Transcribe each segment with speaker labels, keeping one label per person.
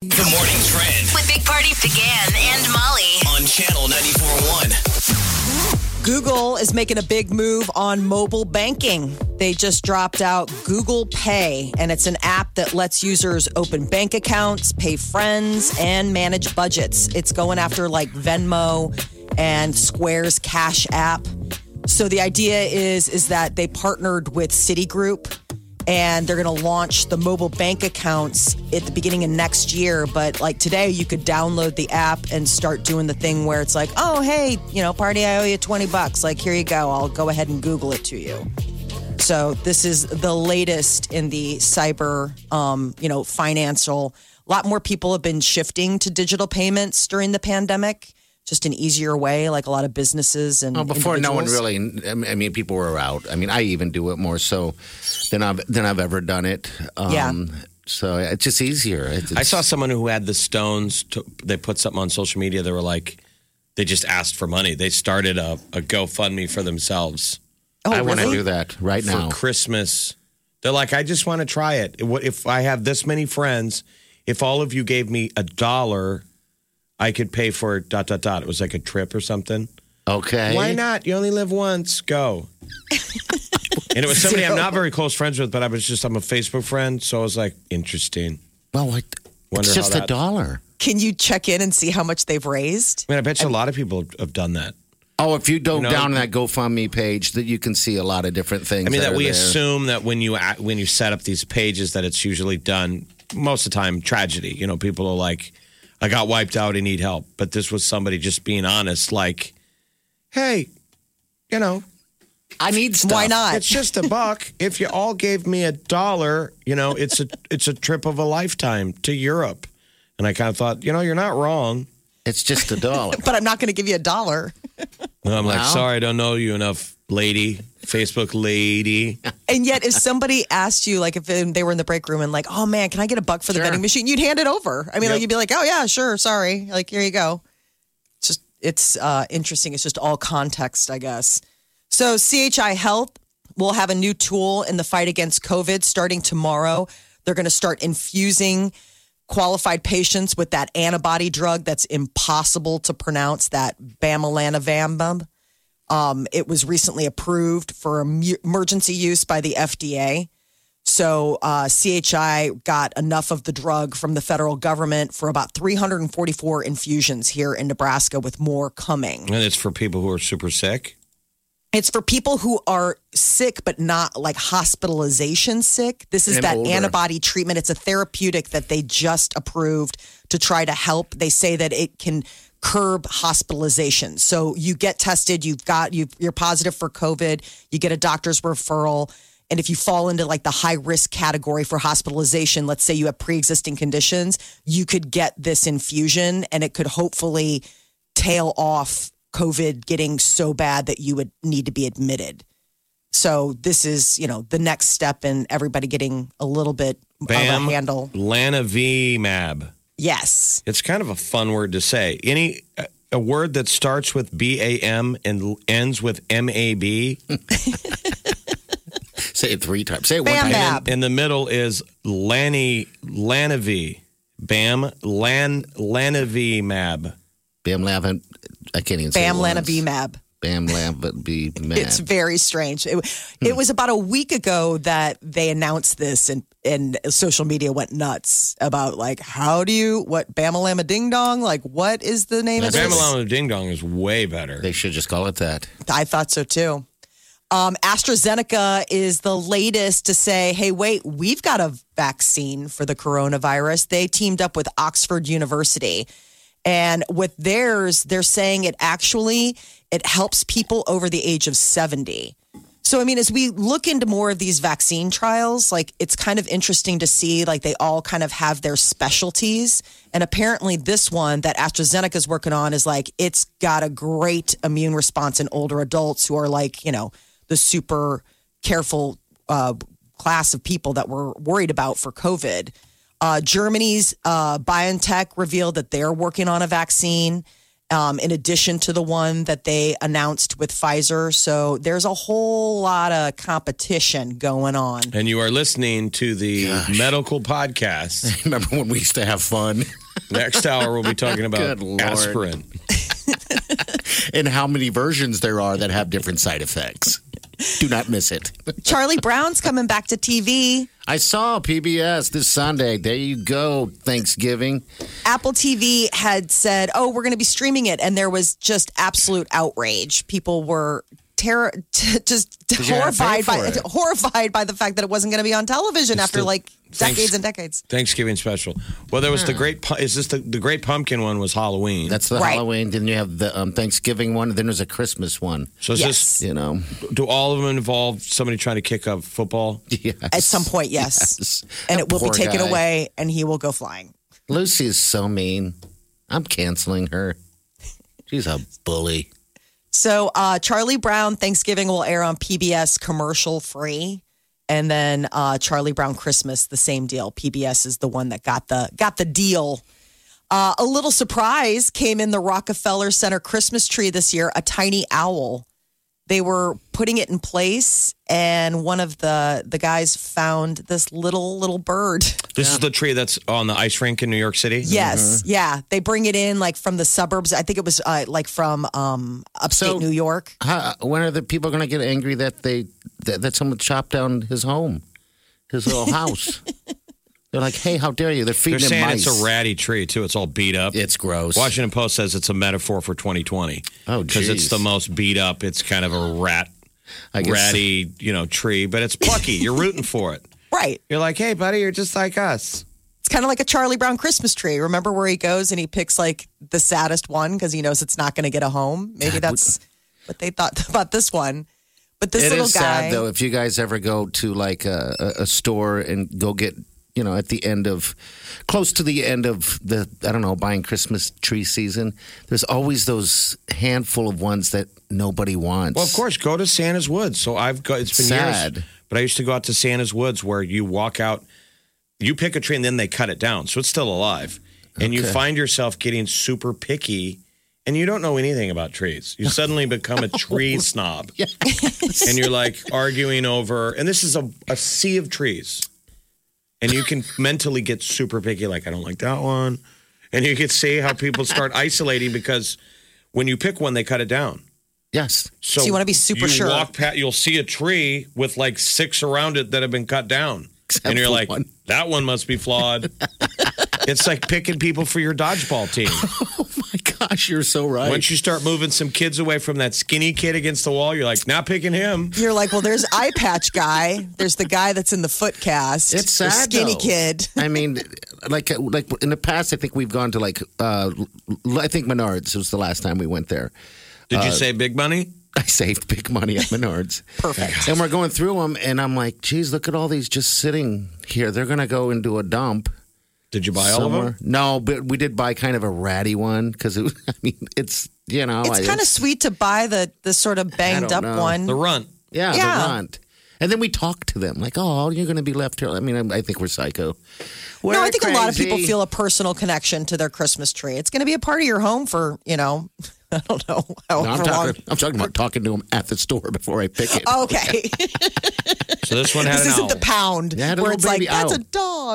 Speaker 1: The morning trend
Speaker 2: With Big Party began and Molly.
Speaker 1: on channel 94.1.
Speaker 3: Google is making a big move on mobile banking. They just dropped out Google Pay, and it's an app that lets users open bank accounts, pay friends, and manage budgets. It's going after like Venmo and Square's Cash App. So the idea is is that they partnered with Citigroup and they're going to launch the mobile bank accounts at the beginning of next year. But like today, you could download the app and start doing the thing where it's like, oh, hey, you know, party, I owe you 20 bucks. Like, here you go. I'll go ahead and Google it to you. So this is the latest in the cyber, um, you know, financial. A lot more people have been shifting to digital payments during the pandemic. Just an easier way, like a lot of businesses and
Speaker 4: Well, Oh, before no one
Speaker 3: individuals.
Speaker 4: really. I mean, people were out. I mean, I even do it more so than I've than I've ever done it. Um,
Speaker 3: Yeah.
Speaker 4: So it's just easier. It's,
Speaker 5: I saw someone who had the Stones. To, they put something on social media. They were like, they just asked for money. They started a, a GoFundMe for themselves
Speaker 3: Oh,
Speaker 4: I want to
Speaker 3: really?
Speaker 4: do that right now.
Speaker 5: for Christmas. They're like, I just want to try it. What if I have this many friends? If all of you gave me a dollar, I could pay for dot dot dot. It was like a trip or something.
Speaker 4: Okay.
Speaker 5: Why not? You only live once. Go. and it was somebody I'm not very close friends with, but I was just I'm a Facebook friend, so I was like, interesting.
Speaker 4: Well, what,
Speaker 5: Wonder
Speaker 4: it's
Speaker 5: how
Speaker 4: just a
Speaker 5: that-
Speaker 4: dollar.
Speaker 3: Can you check in and see how much they've raised?
Speaker 5: I mean, I bet you a lot of people have done that.
Speaker 4: Oh, if you go
Speaker 5: know-
Speaker 4: down that GoFundMe page, that you can see a lot of different things.
Speaker 5: I mean, that,
Speaker 4: are
Speaker 5: we
Speaker 4: there.
Speaker 5: assume that when you act- when you set up these pages, that it's usually done most of the time tragedy. You know, people are like, "I got wiped out. I need help." But this was somebody just being honest, like, "Hey, you know,
Speaker 4: I need stuff.
Speaker 3: Why not?
Speaker 5: it's just a buck. If you all gave me a dollar, you know, it's a it's a trip of a lifetime to Europe." And I kind of thought, you know, you're not wrong.
Speaker 4: It's just a dollar.
Speaker 3: But I'm not going to give you a dollar.
Speaker 5: And I'm like,
Speaker 4: Wow.
Speaker 5: sorry, I don't know you enough, lady. Facebook lady.
Speaker 3: And yet, if somebody asked you, like, if they were in the break room and like, oh man, can I get a buck for the vending machine? You'd hand it over. I mean, like, you'd be like, oh yeah, sure, sorry, like here you go. It's just it's uh, interesting. It's just all context, I guess. So CHI Health will have a new tool in the fight against COVID starting tomorrow. They're going to start infusing qualified patients with that antibody drug that's impossible to pronounce. That bamalanavambam. Um, it was recently approved for em- emergency use by the FDA. So uh, CHI got enough of the drug from the federal government for about 344 infusions here in Nebraska, with more coming.
Speaker 5: And it's for people who are super sick.
Speaker 3: It's for people who are sick, but not like hospitalization sick. This is
Speaker 4: And
Speaker 3: that
Speaker 4: older.
Speaker 3: antibody treatment. It's a therapeutic that they just approved to try to help. They say that it can curb hospitalization. So you get tested, you've got you you're positive for COVID, you get a doctor's referral, and if you fall into like the high risk category for hospitalization, let's say you have pre-existing conditions, you could get this infusion and it could hopefully tail off COVID getting so bad that you would need to be admitted. So this is, you know, the next step in everybody getting a little bit of
Speaker 5: Bam.
Speaker 3: a handle.
Speaker 5: Lana V. Mab.
Speaker 3: Yes.
Speaker 5: It's kind of a fun word to say. Any a- a word that starts with B A M and l- ends with M A B,
Speaker 4: Say it three times. Say it one
Speaker 3: Bam,
Speaker 4: time.
Speaker 3: bam.
Speaker 5: and the middle is Lanny Lanavi. Bam Lan Lanavi Mab.
Speaker 4: Bam Lavin. I can't even say
Speaker 3: Bam
Speaker 4: it
Speaker 3: Lana
Speaker 4: once.
Speaker 3: BMAB.
Speaker 4: Bam Lavin B. Mab.
Speaker 3: It's very strange. It,
Speaker 5: Hmm.
Speaker 3: it was about a week ago that they announced this, and and social media went nuts about like, how do you what Bamalama Ding Dong? Like, what is the name of
Speaker 5: Bam
Speaker 3: this?
Speaker 5: Lama Ding Dong is way better.
Speaker 4: They should just call it that.
Speaker 3: I thought so too. Um, AstraZeneca is the latest to say, hey, wait, we've got a vaccine for the coronavirus. They teamed up with Oxford University. And with theirs, they're saying it actually it helps people over the age of 70. So, I mean, as we look into more of these vaccine trials, like it's kind of interesting to see, like they all kind of have their specialties. And apparently, this one that AstraZeneca is working on is like it's got a great immune response in older adults who are like, you know, the super careful uh, class of people that we're worried about for COVID. Uh, Germany's uh, BioNTech revealed that they're working on a vaccine um, in addition to the one that they announced with Pfizer. So there's a whole lot of competition going on.
Speaker 5: And you are listening to the medical podcast.
Speaker 4: Remember when we used to have fun?
Speaker 5: Next hour, we'll be talking about
Speaker 4: Good Lord.
Speaker 5: aspirin.
Speaker 4: and how many versions there are that have different side effects. Do not miss it.
Speaker 3: Charlie Brown's coming back to TV.
Speaker 4: I saw PBS this Sunday. There you go, Thanksgiving.
Speaker 3: Apple TV had said, "Oh, we're going to be streaming it," and there was just absolute outrage. People were terror, t- just
Speaker 4: you had to pay
Speaker 3: horrified by
Speaker 4: for it.
Speaker 3: horrified by the fact that it wasn't going to be on television after
Speaker 5: the-
Speaker 3: like
Speaker 5: thanks.
Speaker 3: decades and decades.
Speaker 5: Thanksgiving special. Well, there was
Speaker 3: Hmm.
Speaker 5: the great. Pu- Is this the the great pumpkin one? Was Halloween?
Speaker 4: That's the
Speaker 3: Right.
Speaker 4: Halloween. Then you have the um, Thanksgiving one. Then there's a Christmas one.
Speaker 5: so. Is
Speaker 3: Yes.
Speaker 4: You know,
Speaker 5: this do all of them involve somebody trying to kick up football?
Speaker 4: yes.
Speaker 3: At some point, yes,
Speaker 4: Yes.
Speaker 3: and
Speaker 4: That
Speaker 3: it will be
Speaker 4: poor
Speaker 3: taken
Speaker 4: guy.
Speaker 3: away, and he will go flying.
Speaker 4: Lucy is so mean. I'm canceling her. She's a bully.
Speaker 3: So, uh, Charlie Brown Thanksgiving will air on PBS commercial free, and then uh, Charlie Brown Christmas the same deal. PBS is the one that got the got the deal. Uh, a little surprise came in the Rockefeller Center Christmas tree this year. A tiny owl. They were putting it in place, and one of the the guys found this little little bird.
Speaker 5: This is the tree that's on the ice rink in New York City.
Speaker 3: Yes, yeah, they bring it in like from the suburbs. I think it was uh, like from um, upstate
Speaker 4: So-
Speaker 3: New York.
Speaker 4: How, when are the people going to get angry that they that, that someone chopped down his home, his little house? They're like, hey, how dare you? They're
Speaker 5: They're
Speaker 4: feeding him
Speaker 5: saying
Speaker 4: mice.
Speaker 5: it's a ratty tree too. It's all beat up.
Speaker 4: It's gross.
Speaker 5: Washington Post says it's a metaphor for 2020.
Speaker 4: Oh,
Speaker 5: because it's
Speaker 4: geez.
Speaker 5: the most beat up. It's kind of a rat,
Speaker 4: I guess-
Speaker 5: ratty, you know, tree. But it's plucky. You're rooting for it.
Speaker 3: Right.
Speaker 5: You're like, hey, buddy, you're just like us.
Speaker 3: It's kind of like a Charlie Brown Christmas tree. Remember where he goes and he picks like the saddest one because he knows it's not going to get a home. Maybe that's what they thought about this one. But this
Speaker 4: It
Speaker 3: little
Speaker 4: is
Speaker 3: guy,
Speaker 4: sad though if you guys ever go to like a, a- a store and go get you know at the end of close to the end of the i don't know buying christmas tree season there's always those handful of ones that nobody wants
Speaker 5: Well, of course, go to Santa's Woods. So I've got it's been
Speaker 4: Sad.
Speaker 5: years, but I used to go out to Santa's Woods where you walk out, you pick a tree, and then they cut it down, so it's still alive, and you find yourself getting super picky, and you don't know anything about trees. You suddenly become a tree snob, and you're like arguing over, and this is a, a sea of trees, and you can mentally get super picky, like I don't like that one, and you can see how people start isolating because when you pick one, they cut it down.
Speaker 4: yes
Speaker 5: So,
Speaker 3: you wanna be super
Speaker 5: you
Speaker 3: sure.
Speaker 5: Walk past, you'll see a tree with like six around it that have been cut down,
Speaker 4: Except
Speaker 5: and you're
Speaker 4: for
Speaker 5: like,
Speaker 4: one.
Speaker 5: "That one must be flawed." it's like picking people for your dodgeball team.
Speaker 4: my gosh you're so right
Speaker 5: Once you start moving some kids away from that skinny kid against the wall, you're like, "Not picking him."
Speaker 3: you're like, well, there's eye patch guy. There's the guy that's in the foot cast.
Speaker 4: It's
Speaker 3: the
Speaker 4: sad,
Speaker 3: skinny
Speaker 4: though.
Speaker 3: kid.
Speaker 4: I mean, like like in the past, I think we've gone to like uh, l- I think Menards was the last time we went there.
Speaker 5: Did you say big money?
Speaker 4: I saved big money at Menards. Perfect. And we're going through them, and I'm like, geez, look at all these just sitting here. They're gonna go into a dump
Speaker 5: Did you buy all of
Speaker 4: somewhere.
Speaker 5: them?
Speaker 4: No, but we did buy kind of a ratty one because it. was- I mean, it's you know,
Speaker 3: It's kind of sweet to buy the the sort of banged up
Speaker 4: don't know.
Speaker 3: one.
Speaker 5: The runt.
Speaker 4: yeah,
Speaker 3: yeah.
Speaker 4: the runt. And then we talked to them like, oh, you're gonna be left here. I mean, I'm- I, think we're psycho.
Speaker 3: no,
Speaker 4: We're
Speaker 3: I think a lot of people
Speaker 4: crazy.
Speaker 3: feel a personal connection to their Christmas tree. It's going to be a part of your home for you know, I don't know,
Speaker 4: No, I'm
Speaker 3: however long. Oh,
Speaker 4: talking. I'm talking about talking to them at the store before I pick it.
Speaker 3: Okay.
Speaker 5: So this one had
Speaker 3: This
Speaker 5: an
Speaker 3: isn't
Speaker 5: owl.
Speaker 3: the pound
Speaker 4: They had a
Speaker 3: where
Speaker 4: little
Speaker 3: it's like
Speaker 4: baby
Speaker 3: that's
Speaker 4: owl.
Speaker 3: a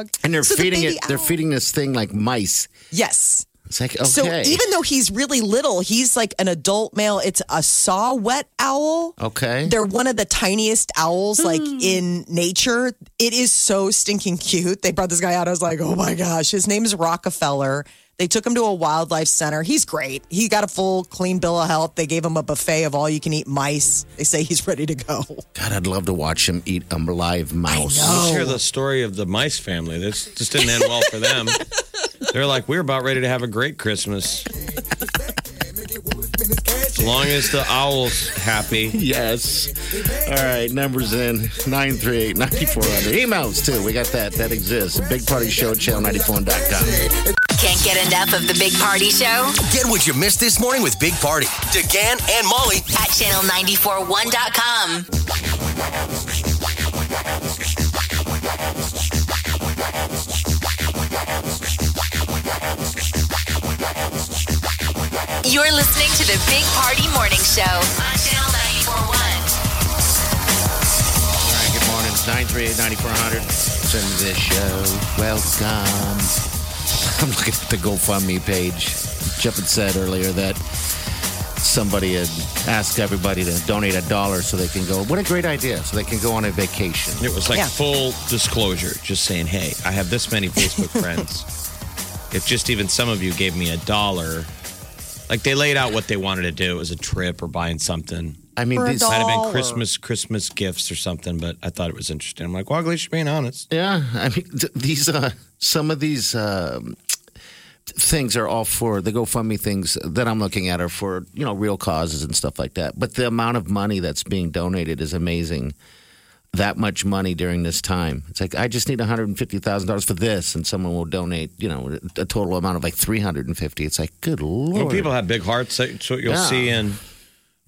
Speaker 3: dog,
Speaker 4: and they're
Speaker 3: So the
Speaker 4: feeding
Speaker 3: baby
Speaker 4: it. They're
Speaker 3: owl-
Speaker 4: feeding this thing like mice.
Speaker 3: Yes.
Speaker 4: It's like okay.
Speaker 3: So even though he's really little, he's like an adult male. It's a saw wet owl.
Speaker 4: okay,
Speaker 3: They're one of the tiniest owls like in nature. It is so stinking cute. They brought this guy out. I was like, oh my gosh. His name is Rockefeller. They took him to a wildlife center. He's great. He got a full clean bill of health. They gave him a buffet of all you can eat mice. They say he's ready to go.
Speaker 4: God, I'd love to watch him eat a live mouse.
Speaker 5: Let's
Speaker 3: Oh.
Speaker 5: hear the story of the mice family. This just didn't end well for them. They're like, we're about ready to have a great Christmas. As long as the owl's happy.
Speaker 4: Yes. All right, numbers in 938 9400. Emails too. We got that. That exists. Big Party Show, channel94.com.
Speaker 2: Can't get enough of the Big Party Show
Speaker 1: Get what you missed this morning with Big Party, DeGan and Molly
Speaker 2: at channel941.com. You're listening to the Big Party Morning Show on Channel 941.
Speaker 4: All right, good morning. It's 938 9400. Send this show. Welcome. I'm looking at the GoFundMe page. Jeff had said earlier that somebody had asked everybody to donate a dollar so they can go. What a great idea. So they can go on a vacation.
Speaker 5: It was like
Speaker 3: Yeah.
Speaker 5: full disclosure, just saying, hey, I have this many Facebook friends. If just even some of you gave me a dollar, like they laid out what they wanted to do. It was a trip or buying something.
Speaker 4: I mean,
Speaker 3: For a
Speaker 4: these,
Speaker 5: Might
Speaker 3: dollar.
Speaker 5: have been
Speaker 3: Dollar.
Speaker 5: Christmas, Christmas gifts or something, but I thought it was interesting. I'm like, well, at least you're being honest.
Speaker 4: Yeah, I mean, th- these uh, some of these um, things are all for the GoFundMe things that I'm looking at are for you know real causes and stuff like that. But the amount of money that's being donated is amazing. That much money during this time, it's like I just need 150 thousand dollars for this, and someone will donate you know a total amount of like 350. It's like good lord,
Speaker 5: Well, people have big hearts. That's what you'll
Speaker 4: Yeah.
Speaker 5: see in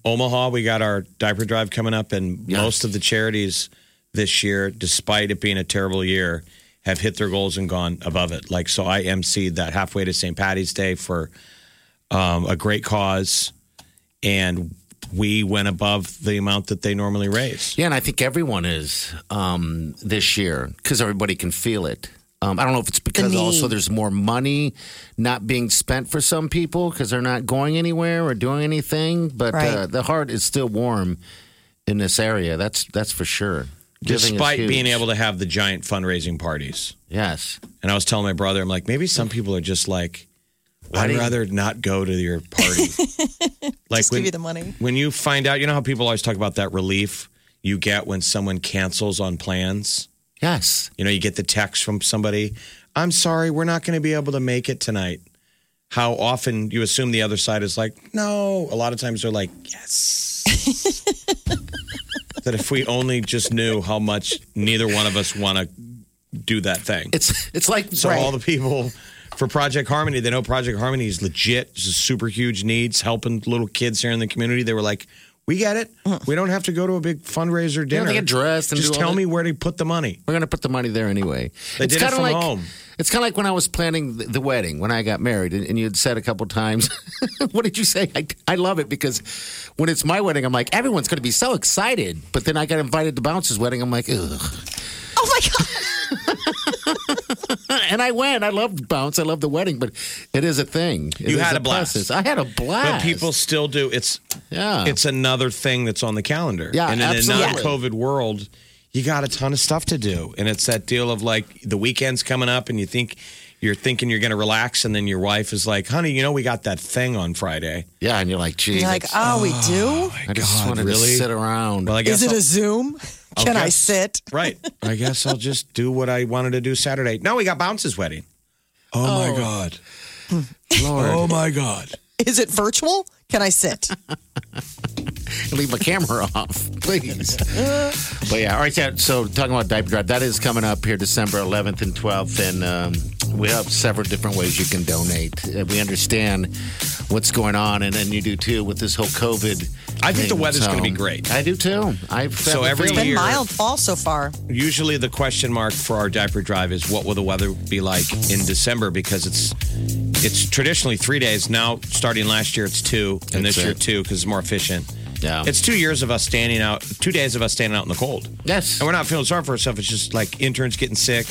Speaker 5: Omaha. We got our diaper drive coming up, and
Speaker 4: Yeah.
Speaker 5: most of the charities this year, despite it being a terrible year, have hit their goals and gone above it. Like, so I emceed that halfway to St. Patty's Day for um, a great cause, and we went above the amount that they normally raise.
Speaker 4: Yeah, and I think everyone is um, this year because everybody can feel it. Um, I don't know if it's because also there's more money not being spent for some people because they're not going anywhere or doing anything, but uh,
Speaker 3: Right.
Speaker 4: the heart is still warm in this area. That's that's for sure. Giving is
Speaker 5: Despite being
Speaker 4: huge.
Speaker 5: able to have the giant fundraising parties.
Speaker 4: yes,
Speaker 5: And I was telling my brother, I'm like, maybe some people are just like,
Speaker 4: Why do
Speaker 5: I'd
Speaker 4: you-
Speaker 5: rather not go to your party. like
Speaker 3: Just give you the money.
Speaker 5: when you find out, you know how people always talk about that relief you get when someone cancels on plans.
Speaker 4: yes,
Speaker 5: You know, you get the text from somebody, I'm sorry, we're not going to be able to make it tonight. How often you assume the other side is like, no. A lot of times they're like, yes. that if we only just knew how much neither one of us want to do that thing.
Speaker 4: it's it's like
Speaker 5: So all the people for Project Harmony, they know Project Harmony is legit. It's a super huge needs helping little kids here in the community. They were like, "We get it.
Speaker 3: Hmm.
Speaker 5: We don't have to go to a big fundraiser
Speaker 4: don't
Speaker 5: dinner.
Speaker 4: have to get dressed and
Speaker 5: Just
Speaker 4: do all
Speaker 5: tell
Speaker 4: that."
Speaker 5: me where to put the money."
Speaker 4: We're gonna put the money there anyway.
Speaker 5: They did it
Speaker 4: kinda
Speaker 5: from
Speaker 4: like,
Speaker 5: home.
Speaker 4: It's kind of like when I was planning the, the wedding when I got married, and, and you had said a couple times, "What did you say?" I, I love it because when it's my wedding, I'm like, everyone's gonna be so excited. But then I got invited to Bounce's wedding. I'm like, ugh.
Speaker 3: Oh my God.
Speaker 4: And I went. I loved Bounce. I love the wedding, but it is a thing. It
Speaker 5: You
Speaker 4: is
Speaker 5: had a blast.
Speaker 4: process. I had a
Speaker 5: But
Speaker 4: blast.
Speaker 5: people still do. It's
Speaker 4: yeah,
Speaker 5: it's another thing that's on the calendar.
Speaker 4: Oh. Yeah,
Speaker 5: and in a
Speaker 4: absolutely.
Speaker 5: non-COVID world, you got a ton of stuff to do, and it's that deal of like the weekend's coming up, and you think you're thinking you're going to relax, and then your wife is like, "Honey, you know we got that thing on Friday."
Speaker 4: yeah. And you're like, "Ah." geez,
Speaker 3: You're like, oh, we do?
Speaker 4: I just
Speaker 5: God,
Speaker 4: wanted
Speaker 5: really?
Speaker 4: to sit around.
Speaker 5: Well, I
Speaker 3: Is
Speaker 5: guess
Speaker 3: it
Speaker 5: I'll-
Speaker 3: a Zoom? Can I
Speaker 5: guess-
Speaker 3: sit?
Speaker 5: Right. I guess I'll just do what I wanted to do Saturday. No, we got Bounce's wedding. Oh, my God.
Speaker 4: Lord,
Speaker 5: my God.
Speaker 3: Is it virtual? Can I sit?
Speaker 4: leave my camera off, please. but yeah, all right. Yeah, so talking about diaper drive, that is coming up here December 11th and 12th, and um, we have several different ways you can donate. Uh, We understand what's going on, and, and you do too with this whole COVID.
Speaker 5: I think the
Speaker 4: thing,
Speaker 5: weather's
Speaker 4: so-
Speaker 5: gonna be great.
Speaker 4: I do too. I've
Speaker 5: So
Speaker 4: I've-
Speaker 5: every
Speaker 3: It's been
Speaker 5: year-
Speaker 3: mild fall so far.
Speaker 5: Usually the question mark for our diaper drive is what will the weather be like in December because it's it's traditionally three days. Now, starting last year, it's two, and
Speaker 4: That's
Speaker 5: this year,
Speaker 4: it.
Speaker 5: two, because it's more efficient.
Speaker 4: Yeah.
Speaker 5: It's two years of us standing out, two days of us standing out in the cold.
Speaker 4: yes.
Speaker 5: And we're not feeling sorry for ourselves. It's just like interns getting sick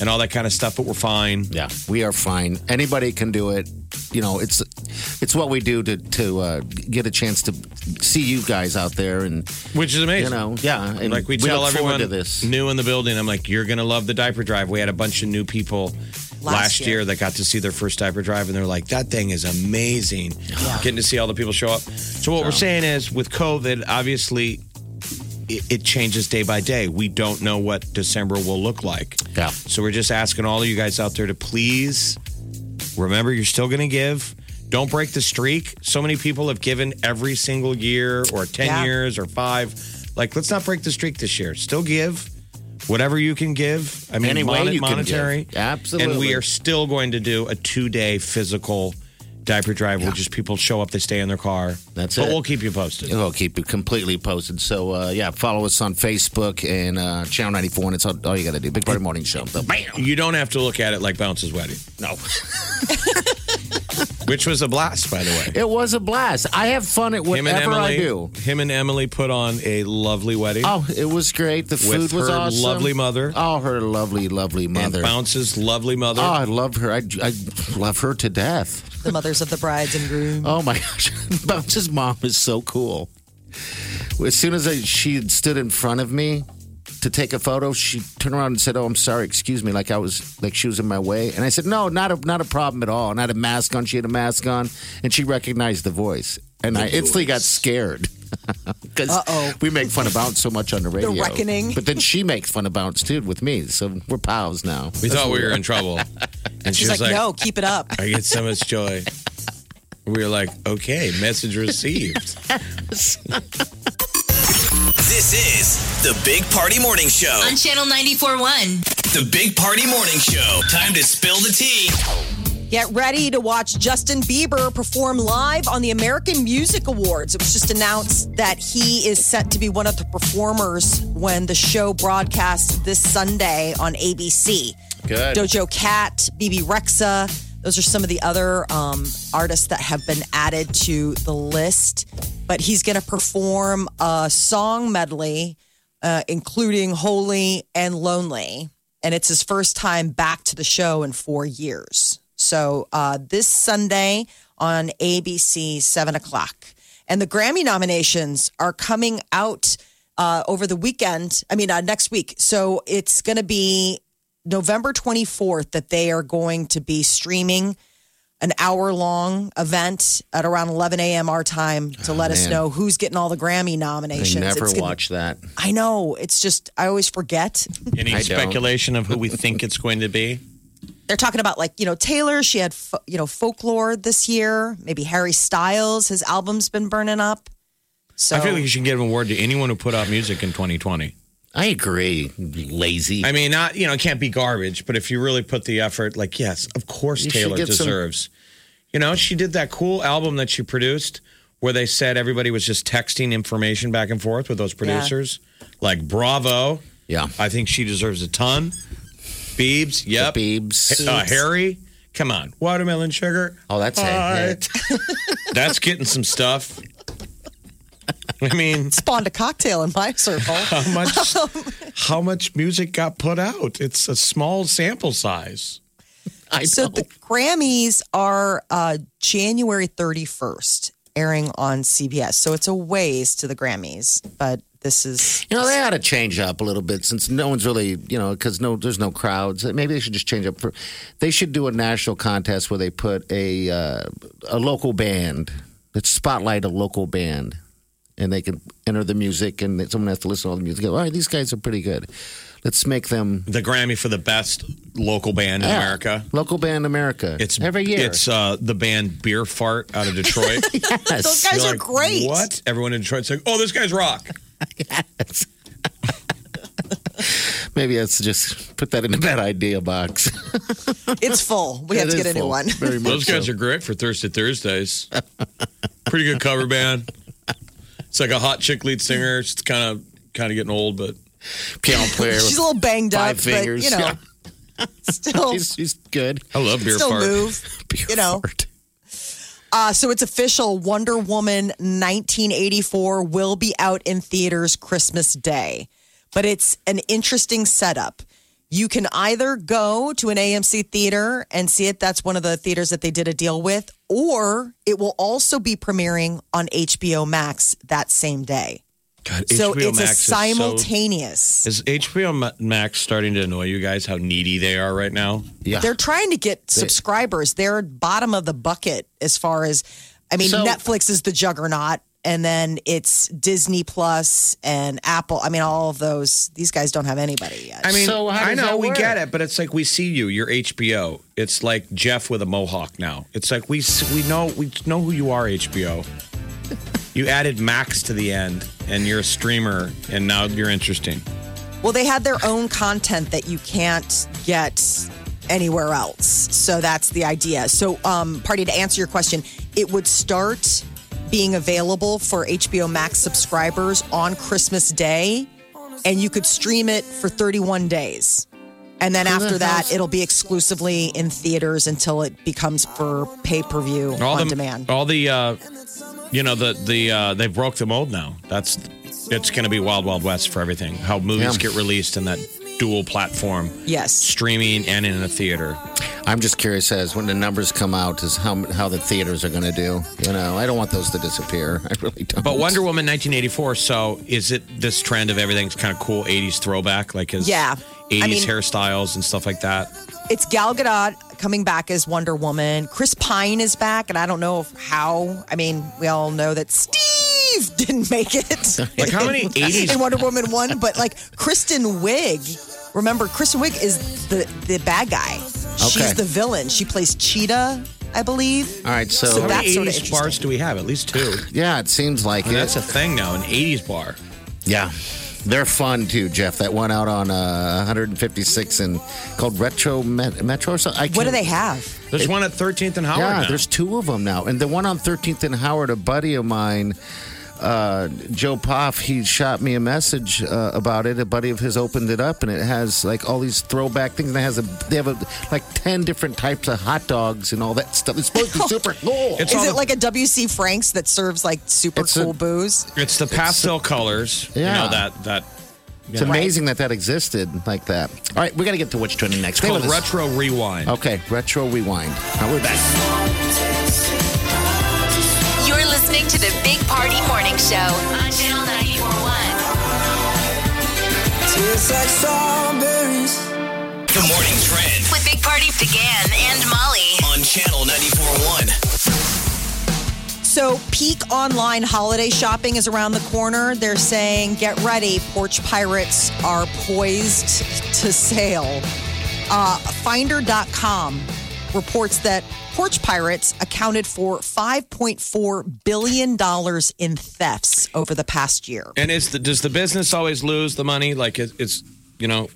Speaker 5: and all that kind of stuff, but we're fine.
Speaker 4: Yeah, we are fine. Anybody can do it. You know, it's it's what we do to to uh, get a chance to see you guys out there, and
Speaker 5: Which is amazing.
Speaker 4: you know, yeah, and
Speaker 5: like we, tell
Speaker 4: look forward
Speaker 5: everyone
Speaker 4: to this.
Speaker 5: new in the building i'm like you're gonna love the diaper drive we had a bunch of new people last, year.
Speaker 3: year.
Speaker 5: that got to see their first diaper drive and they're like that thing is amazing getting to see all the people show up so what we're saying is with covid obviously it, it changes day by day we don't know what december will look like
Speaker 4: Yeah.
Speaker 5: so we're just asking all of you guys out there to please remember you're still gonna give don't break the streak. So many people have given every single year or 10
Speaker 3: Yeah.
Speaker 5: years or five. Like, let's not break the streak this year. Still give whatever you can give. I mean,
Speaker 4: Any way
Speaker 5: monet-
Speaker 4: you can give.
Speaker 5: monetary. And we
Speaker 4: Absolutely.
Speaker 5: are still going to do a two day physical diaper drive where just people show up, they stay in their car.
Speaker 4: That's it.
Speaker 5: but we'll keep you posted.
Speaker 4: We'll keep it completely posted. So, uh, yeah, follow us on Facebook and uh, Channel 94, and it's all, all you got to do. Big Party Morning Show. So, bam!
Speaker 5: You don't have to look at it like Bounce's wedding,
Speaker 4: No.
Speaker 5: which was a blast, by the way.
Speaker 4: It was a blast. I have fun at
Speaker 5: Him and
Speaker 4: whatever
Speaker 5: Emily,
Speaker 4: I do.
Speaker 5: him and Emily put on a lovely wedding.
Speaker 4: Oh, it was great. The
Speaker 5: With
Speaker 4: food was
Speaker 5: her
Speaker 4: awesome.
Speaker 5: lovely mother.
Speaker 4: Oh, her lovely, lovely
Speaker 5: and
Speaker 4: mother.
Speaker 5: Bounce's lovely mother.
Speaker 4: Oh, I love her. I, I love her to death.
Speaker 3: The mothers of the brides and grooms.
Speaker 4: Oh my gosh, Bounce's mom is so cool. As soon as I, she had stood in front of me to take a photo, she turned around and said, "Oh, I'm sorry, excuse me," like I was like she was in my way. And I said, "No, not a not a problem at all." And I had a mask on. She had a mask on, and she recognized the voice, and I instantly got scared. Because
Speaker 3: Uh-oh.
Speaker 4: we make fun of Bounce so much on the radio.
Speaker 3: reckoning.
Speaker 4: But then she makes fun of Bounce too with me. So we're pals now.
Speaker 5: we thought we were in trouble. And she
Speaker 3: She's
Speaker 5: was
Speaker 3: like, no, keep it up.
Speaker 5: I get so much joy. We were like, okay, message received.
Speaker 1: This is the Big Party Morning Show.
Speaker 2: On Channel 94.1.
Speaker 1: The Big Party Morning Show. Time to spill the tea.
Speaker 3: Get ready to watch Justin Bieber perform live on the American Music Awards. It was just announced that he is set to be one of the performers when the show broadcasts this Sunday on ABC.
Speaker 4: Good.
Speaker 3: Dojo Cat, BB Rexa. Those are some of the other um, artists that have been added to the list. But he's going to perform a song medley, uh, including Holy and Lonely. And it's his first time back to the show in four years. So uh, this Sunday on ABC, 7 o'clock. And the Grammy nominations are coming out uh, over the weekend. I mean, uh, next week. So it's going to be November 24th that they are going to be streaming an hour long event at around 11 a.m. our time to let us
Speaker 4: Oh, man.
Speaker 3: know who's getting all the Grammy
Speaker 4: I
Speaker 3: nominations.
Speaker 4: never
Speaker 3: It's gonna-
Speaker 4: watch that.
Speaker 3: I know. It's just, I always forget.
Speaker 5: Any
Speaker 4: I don't.
Speaker 5: speculation of who we think it's going to be?
Speaker 3: They're talking about like, you know, Taylor, she had, fo- you know, folklore this year. Maybe Harry Styles, his album's been burning up. So
Speaker 5: I feel like you should give an award to anyone who put out music in 2020.
Speaker 4: I agree. Lazy.
Speaker 5: I mean, not you know, it can't be garbage, but if you really put the effort, like yes, of course
Speaker 4: You should
Speaker 5: Taylor
Speaker 4: get some-
Speaker 5: deserves. You know, she did that cool album that she produced where they said everybody was just texting information back and forth with those producers. Like bravo.
Speaker 4: yeah.
Speaker 5: I think she deserves a ton. Beebs, yep.
Speaker 4: Biebs.
Speaker 5: Uh, Harry, come on. Watermelon sugar.
Speaker 4: Oh, that's a
Speaker 5: Hi.
Speaker 4: hit.
Speaker 5: That's getting some stuff. I mean,
Speaker 3: spawned a cocktail in my circle.
Speaker 5: how much how much music got put out? It's a small sample size.
Speaker 4: I
Speaker 3: So
Speaker 4: know.
Speaker 3: the Grammys are uh, January 31st, airing on CBS. So it's a ways to the Grammys, but this is
Speaker 4: you know they ought to change up a little bit since no one's really you know because no there's no crowds. Maybe they should just change up. For, they should do a national contest where they put a uh, a local band that spotlight a local band, and they can enter the music and someone has to listen to all the music. Go, all right, these guys are pretty good. Let's make them
Speaker 5: The Grammy for the best local band in
Speaker 4: Yeah.
Speaker 5: America.
Speaker 4: Local band America.
Speaker 5: It's
Speaker 4: every year.
Speaker 5: It's uh, the band Beer Fart out of Detroit.
Speaker 4: Yes.
Speaker 3: those guys
Speaker 5: You're
Speaker 3: are
Speaker 5: like,
Speaker 3: great.
Speaker 5: What? Everyone in Detroit's like, oh, this guy's rock.
Speaker 4: Maybe that's just put that in the bad idea box.
Speaker 3: It's full. We have to
Speaker 4: It
Speaker 3: get a
Speaker 4: is
Speaker 3: new
Speaker 4: full.
Speaker 3: one.
Speaker 4: Very much
Speaker 5: Those guys
Speaker 4: so.
Speaker 5: are great for Thirsty Thursdays. Pretty good cover band. It's like a hot chick lead singer. It's kind of kind of getting old, but
Speaker 4: piano player.
Speaker 3: She's
Speaker 4: with
Speaker 3: a little banged
Speaker 4: five
Speaker 3: up,
Speaker 4: fingers.
Speaker 3: but you know,
Speaker 4: Yeah.
Speaker 3: still
Speaker 4: She's, she's good.
Speaker 5: I love beer
Speaker 3: still
Speaker 5: fart.
Speaker 3: move.
Speaker 4: Beer
Speaker 3: You know.
Speaker 4: fart.
Speaker 3: Uh, so it's official. Wonder Woman 1984 will be out in theaters Christmas Day. But it's an interesting setup. You can either go to an AMC theater and see it. That's one of the theaters that they did a deal with. Or it will also be premiering on HBO Max that same day.
Speaker 5: God,
Speaker 3: so
Speaker 5: HBO
Speaker 3: it's
Speaker 5: Max
Speaker 3: a
Speaker 5: is so-
Speaker 3: simultaneous.
Speaker 5: Is HBO Ma- Max starting to annoy you guys how needy they are right now?
Speaker 4: Yeah.
Speaker 3: They're trying to get subscribers. They're bottom of the bucket as far as, I mean,
Speaker 4: So-
Speaker 3: Netflix is the juggernaut. and then it's Disney Plus and Apple. I mean, all of those. These guys don't have anybody yet.
Speaker 5: I mean,
Speaker 4: So how
Speaker 5: I
Speaker 4: does
Speaker 5: know
Speaker 4: that
Speaker 5: we
Speaker 4: work?
Speaker 5: get it, but it's like we see you. You're HBO. It's like Jeff with a mohawk now. It's like we s- we know we know who you are, HBO. you added Max to the end, and you're a streamer, and now you're interesting.
Speaker 3: Well, they had their own content that you can't get anywhere else. So that's the idea. So, um, party to answer your question, it would start being available for HBO Max subscribers on Christmas Day, and you could stream it for 31 days. And then after that, it'll be exclusively in theaters until it becomes for pay per view
Speaker 5: All
Speaker 3: on
Speaker 5: the
Speaker 3: demand.
Speaker 5: all the uh, you know the the uh, they broke the mold now. That's it's going to be wild wild west for everything. How movies
Speaker 4: Yeah.
Speaker 5: get released in that dual platform,
Speaker 3: Yes.
Speaker 5: streaming and in a theater.
Speaker 4: I'm just curious as when the numbers come out, is how how the theaters are going to do. You know, I don't want those to disappear. I really don't.
Speaker 5: But Wonder Woman 1984. So is it this trend of everything's kind of cool 80s throwback, like his
Speaker 3: Yeah.
Speaker 5: 80s
Speaker 3: I mean-
Speaker 5: hairstyles and stuff like that?
Speaker 3: it's Gal Gadot coming back as Wonder Woman. Chris Pine is back, and I don't know if how. I mean, we all know that Steve didn't make it.
Speaker 5: Like, how many 80s
Speaker 3: in Wonder Woman one? But like Kristen Wiig, remember Kristen Wiig is the the bad guy. She's
Speaker 4: Okay.
Speaker 3: the villain. She plays Cheetah, I believe.
Speaker 4: All right, so,
Speaker 3: So
Speaker 5: How many
Speaker 3: that's sorta
Speaker 5: 80s bars do we have? At least two.
Speaker 4: yeah, it seems like
Speaker 5: And
Speaker 4: it.
Speaker 5: Oh, that's a thing now, an 80s bar.
Speaker 4: Yeah. They're fun too, Jeff. That one out on uh, 156 and called Retro Met- Metro or something. I
Speaker 3: What do
Speaker 4: can't-
Speaker 3: they have?
Speaker 5: There's one at 13th and Howard.
Speaker 4: Yeah,
Speaker 5: now.
Speaker 4: there's two of them now. And the one on 13th and Howard, a buddy of mine, uh, Joe Poff, he shot me a message uh, about it. A buddy of his opened it up, and it has like all these throwback things. And it has a, they have a, like 10 different types of hot dogs and all that stuff. It's supposed to be super cool.
Speaker 5: It's
Speaker 3: Is
Speaker 5: all
Speaker 3: it
Speaker 5: the-
Speaker 3: like a WC Franks that serves like super
Speaker 4: It's a-
Speaker 3: cool booze?
Speaker 5: It's the pastel colors.
Speaker 4: Yeah.
Speaker 5: You know, that, that
Speaker 4: It's amazing that that existed like that. All right, we got to get to what's trending next.
Speaker 5: it's
Speaker 4: Stay
Speaker 5: called
Speaker 4: with us.
Speaker 5: retro rewind.
Speaker 4: Okay, retro rewind. Now we're back.
Speaker 2: You're listening to the Big Party Morning Show on Channel 941.
Speaker 6: Tastes like strawberries.
Speaker 1: The morning trend
Speaker 2: With Big Party began and Molly.
Speaker 1: on channel 94.1.
Speaker 3: So, peak online holiday shopping is around the corner. They're saying, get ready, porch pirates are poised to sail. Uh, Finder.com reports that porch pirates accounted for $5.4 billion in thefts over the past year.
Speaker 5: And is the, does the business always lose the money? Like, it, it's, you know,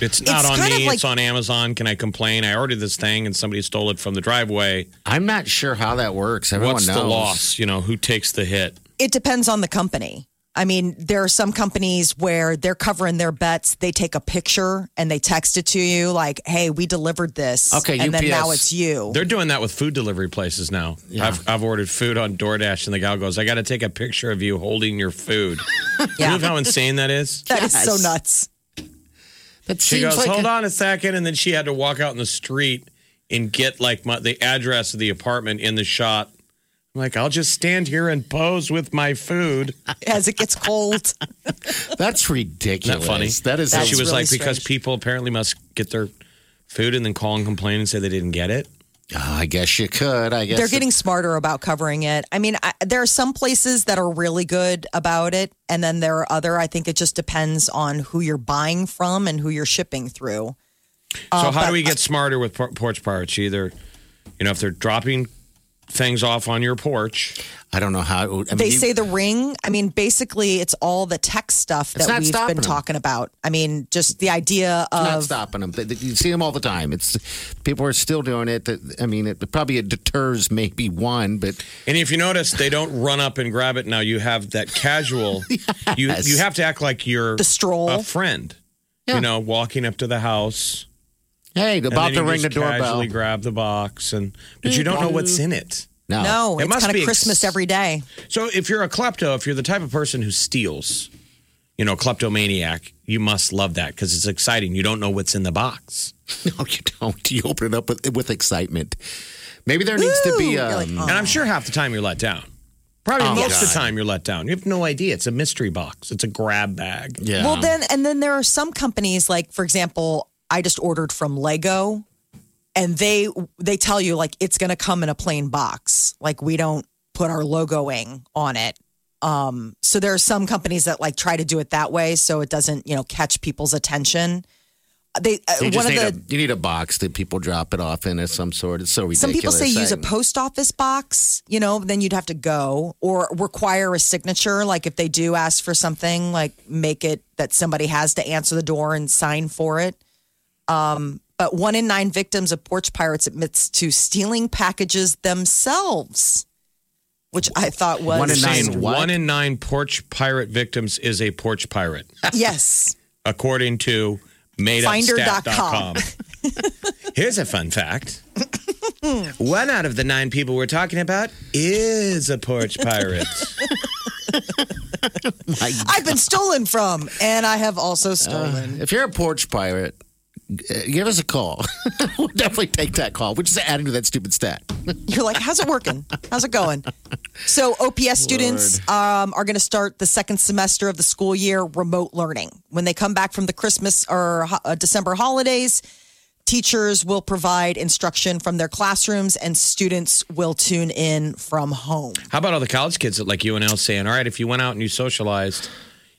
Speaker 5: it's not
Speaker 3: It's
Speaker 5: on
Speaker 3: kind of
Speaker 5: me,
Speaker 3: like-
Speaker 5: it's on Amazon. Can I complain? I ordered this thing and somebody stole it from the driveway.
Speaker 4: I'm not sure how that works. Everyone
Speaker 5: What's
Speaker 4: knows.
Speaker 5: the loss? You know, who takes the hit?
Speaker 3: It depends on the company. I mean, there are some companies where they're covering their bets. They take a picture and they text it to you, like, hey, we delivered this.
Speaker 4: Okay,
Speaker 3: and then
Speaker 4: UPS.
Speaker 3: now it's you.
Speaker 5: They're doing that with food delivery places now. I've, I've ordered food on DoorDash, and the gal goes, I got to take a picture of you holding your food. You know how insane that is?
Speaker 3: That is so nuts.
Speaker 4: That
Speaker 5: She
Speaker 4: seems
Speaker 5: goes,
Speaker 4: like
Speaker 5: Hold
Speaker 4: a-
Speaker 5: on a second. And then she had to walk out in the street and get like my, the address of the apartment in the shot. I'm like, I'll just stand here and pose with my food.
Speaker 3: as it gets cold.
Speaker 4: That's ridiculous.
Speaker 5: Isn't that funny?
Speaker 4: That is-
Speaker 3: That's
Speaker 5: she was
Speaker 3: really
Speaker 5: like, because
Speaker 3: strange.
Speaker 5: people apparently must get their food and then call and complain and say they didn't get it.
Speaker 4: Oh, I guess you could. I guess
Speaker 3: They're getting smarter about covering it. I mean, I, there are some places that are really good about it, and then there are other. I think it just depends on who you're buying from and who you're shipping through.
Speaker 5: So
Speaker 3: Uh,
Speaker 5: how
Speaker 3: but-
Speaker 5: do we get smarter with por- porch pirates? Either, you know, if they're dropping things off on your porch,
Speaker 4: I don't know how. I mean,
Speaker 3: They
Speaker 4: you-
Speaker 3: say the ring. I mean, basically, it's all the tech stuff
Speaker 4: It's
Speaker 3: that
Speaker 4: not
Speaker 3: we've
Speaker 4: stopping
Speaker 3: been
Speaker 4: 'em.
Speaker 3: talking about. I mean, just the idea
Speaker 4: not
Speaker 3: of
Speaker 4: stopping them. They- they- You see them all the time. It's people are still doing it. I mean, it probably it deters maybe one, but
Speaker 5: and if you notice, they don't run up and grab it. Now you have that casual. You you have to act like you're
Speaker 3: the stroll.
Speaker 4: Oh,
Speaker 5: a friend. You know, walking up to the house,
Speaker 4: hey,
Speaker 5: and
Speaker 4: about
Speaker 5: then
Speaker 4: to
Speaker 5: you
Speaker 4: ring the
Speaker 5: just
Speaker 4: doorbell. Mm-hmm.
Speaker 5: Casually grab the box, and but you don't know what's in it.
Speaker 4: No,
Speaker 3: no,
Speaker 5: It
Speaker 3: it's
Speaker 5: must
Speaker 3: kind
Speaker 5: be
Speaker 3: of
Speaker 5: ex-
Speaker 3: Christmas every day.
Speaker 5: So if you're a klepto, if you're the type of person who steals, you know, kleptomaniac, you must love that because it's exciting. You don't know what's in the box.
Speaker 4: no, you don't. You open it up with, with excitement. Maybe there needs to be.
Speaker 3: Ooh, you're like,
Speaker 4: Um,
Speaker 3: oh.
Speaker 5: And I'm sure half the time you're let down. Probably
Speaker 4: Oh,
Speaker 5: most of the
Speaker 4: God.
Speaker 5: time you're let down. You have no idea. It's a mystery box. It's a grab bag.
Speaker 4: yeah.
Speaker 3: Well, then, and then there are some companies like, for example, I just ordered from Lego, and they they tell you like it's going to come in a plain box. Like we don't put our logoing on it. Um, so there are some companies that like try to do it that way so it doesn't, you know, catch people's attention. They uh,
Speaker 4: You
Speaker 3: one
Speaker 4: just
Speaker 3: of
Speaker 4: need
Speaker 3: the
Speaker 4: a you need a box that people drop it off in of some sort. It's so ridiculous.
Speaker 3: some people say use a
Speaker 4: I-
Speaker 3: post office box, you know, then you'd have to go or require a signature. Like if they do ask for something, like make it that somebody has to answer the door and sign for it. Um, but one in nine victims of porch pirates admits to stealing packages themselves, which I thought was
Speaker 4: One in nine
Speaker 5: Saying
Speaker 4: what?
Speaker 5: one in nine porch pirate victims is a porch pirate,
Speaker 3: Yes.
Speaker 5: according to madeupstat.com.
Speaker 3: Finder.com.
Speaker 5: Here's a fun fact. One out of the nine people we're talking about is a porch pirate.
Speaker 3: I've been stolen from, and I have also
Speaker 4: Oh,
Speaker 3: stolen.
Speaker 4: If you're a porch pirate, g- give us a call. we'll definitely take that call. We're just adding to that stupid stat.
Speaker 3: You're like, how's it working? How's it going? So OPS students um, are going to start the second semester of the school year remote learning. When they come back from the Christmas or ho- uh, December holidays, teachers will provide instruction from their classrooms, and students will tune in from home.
Speaker 5: How about all the college kids that like UNL saying, all right, if you went out and you socialized,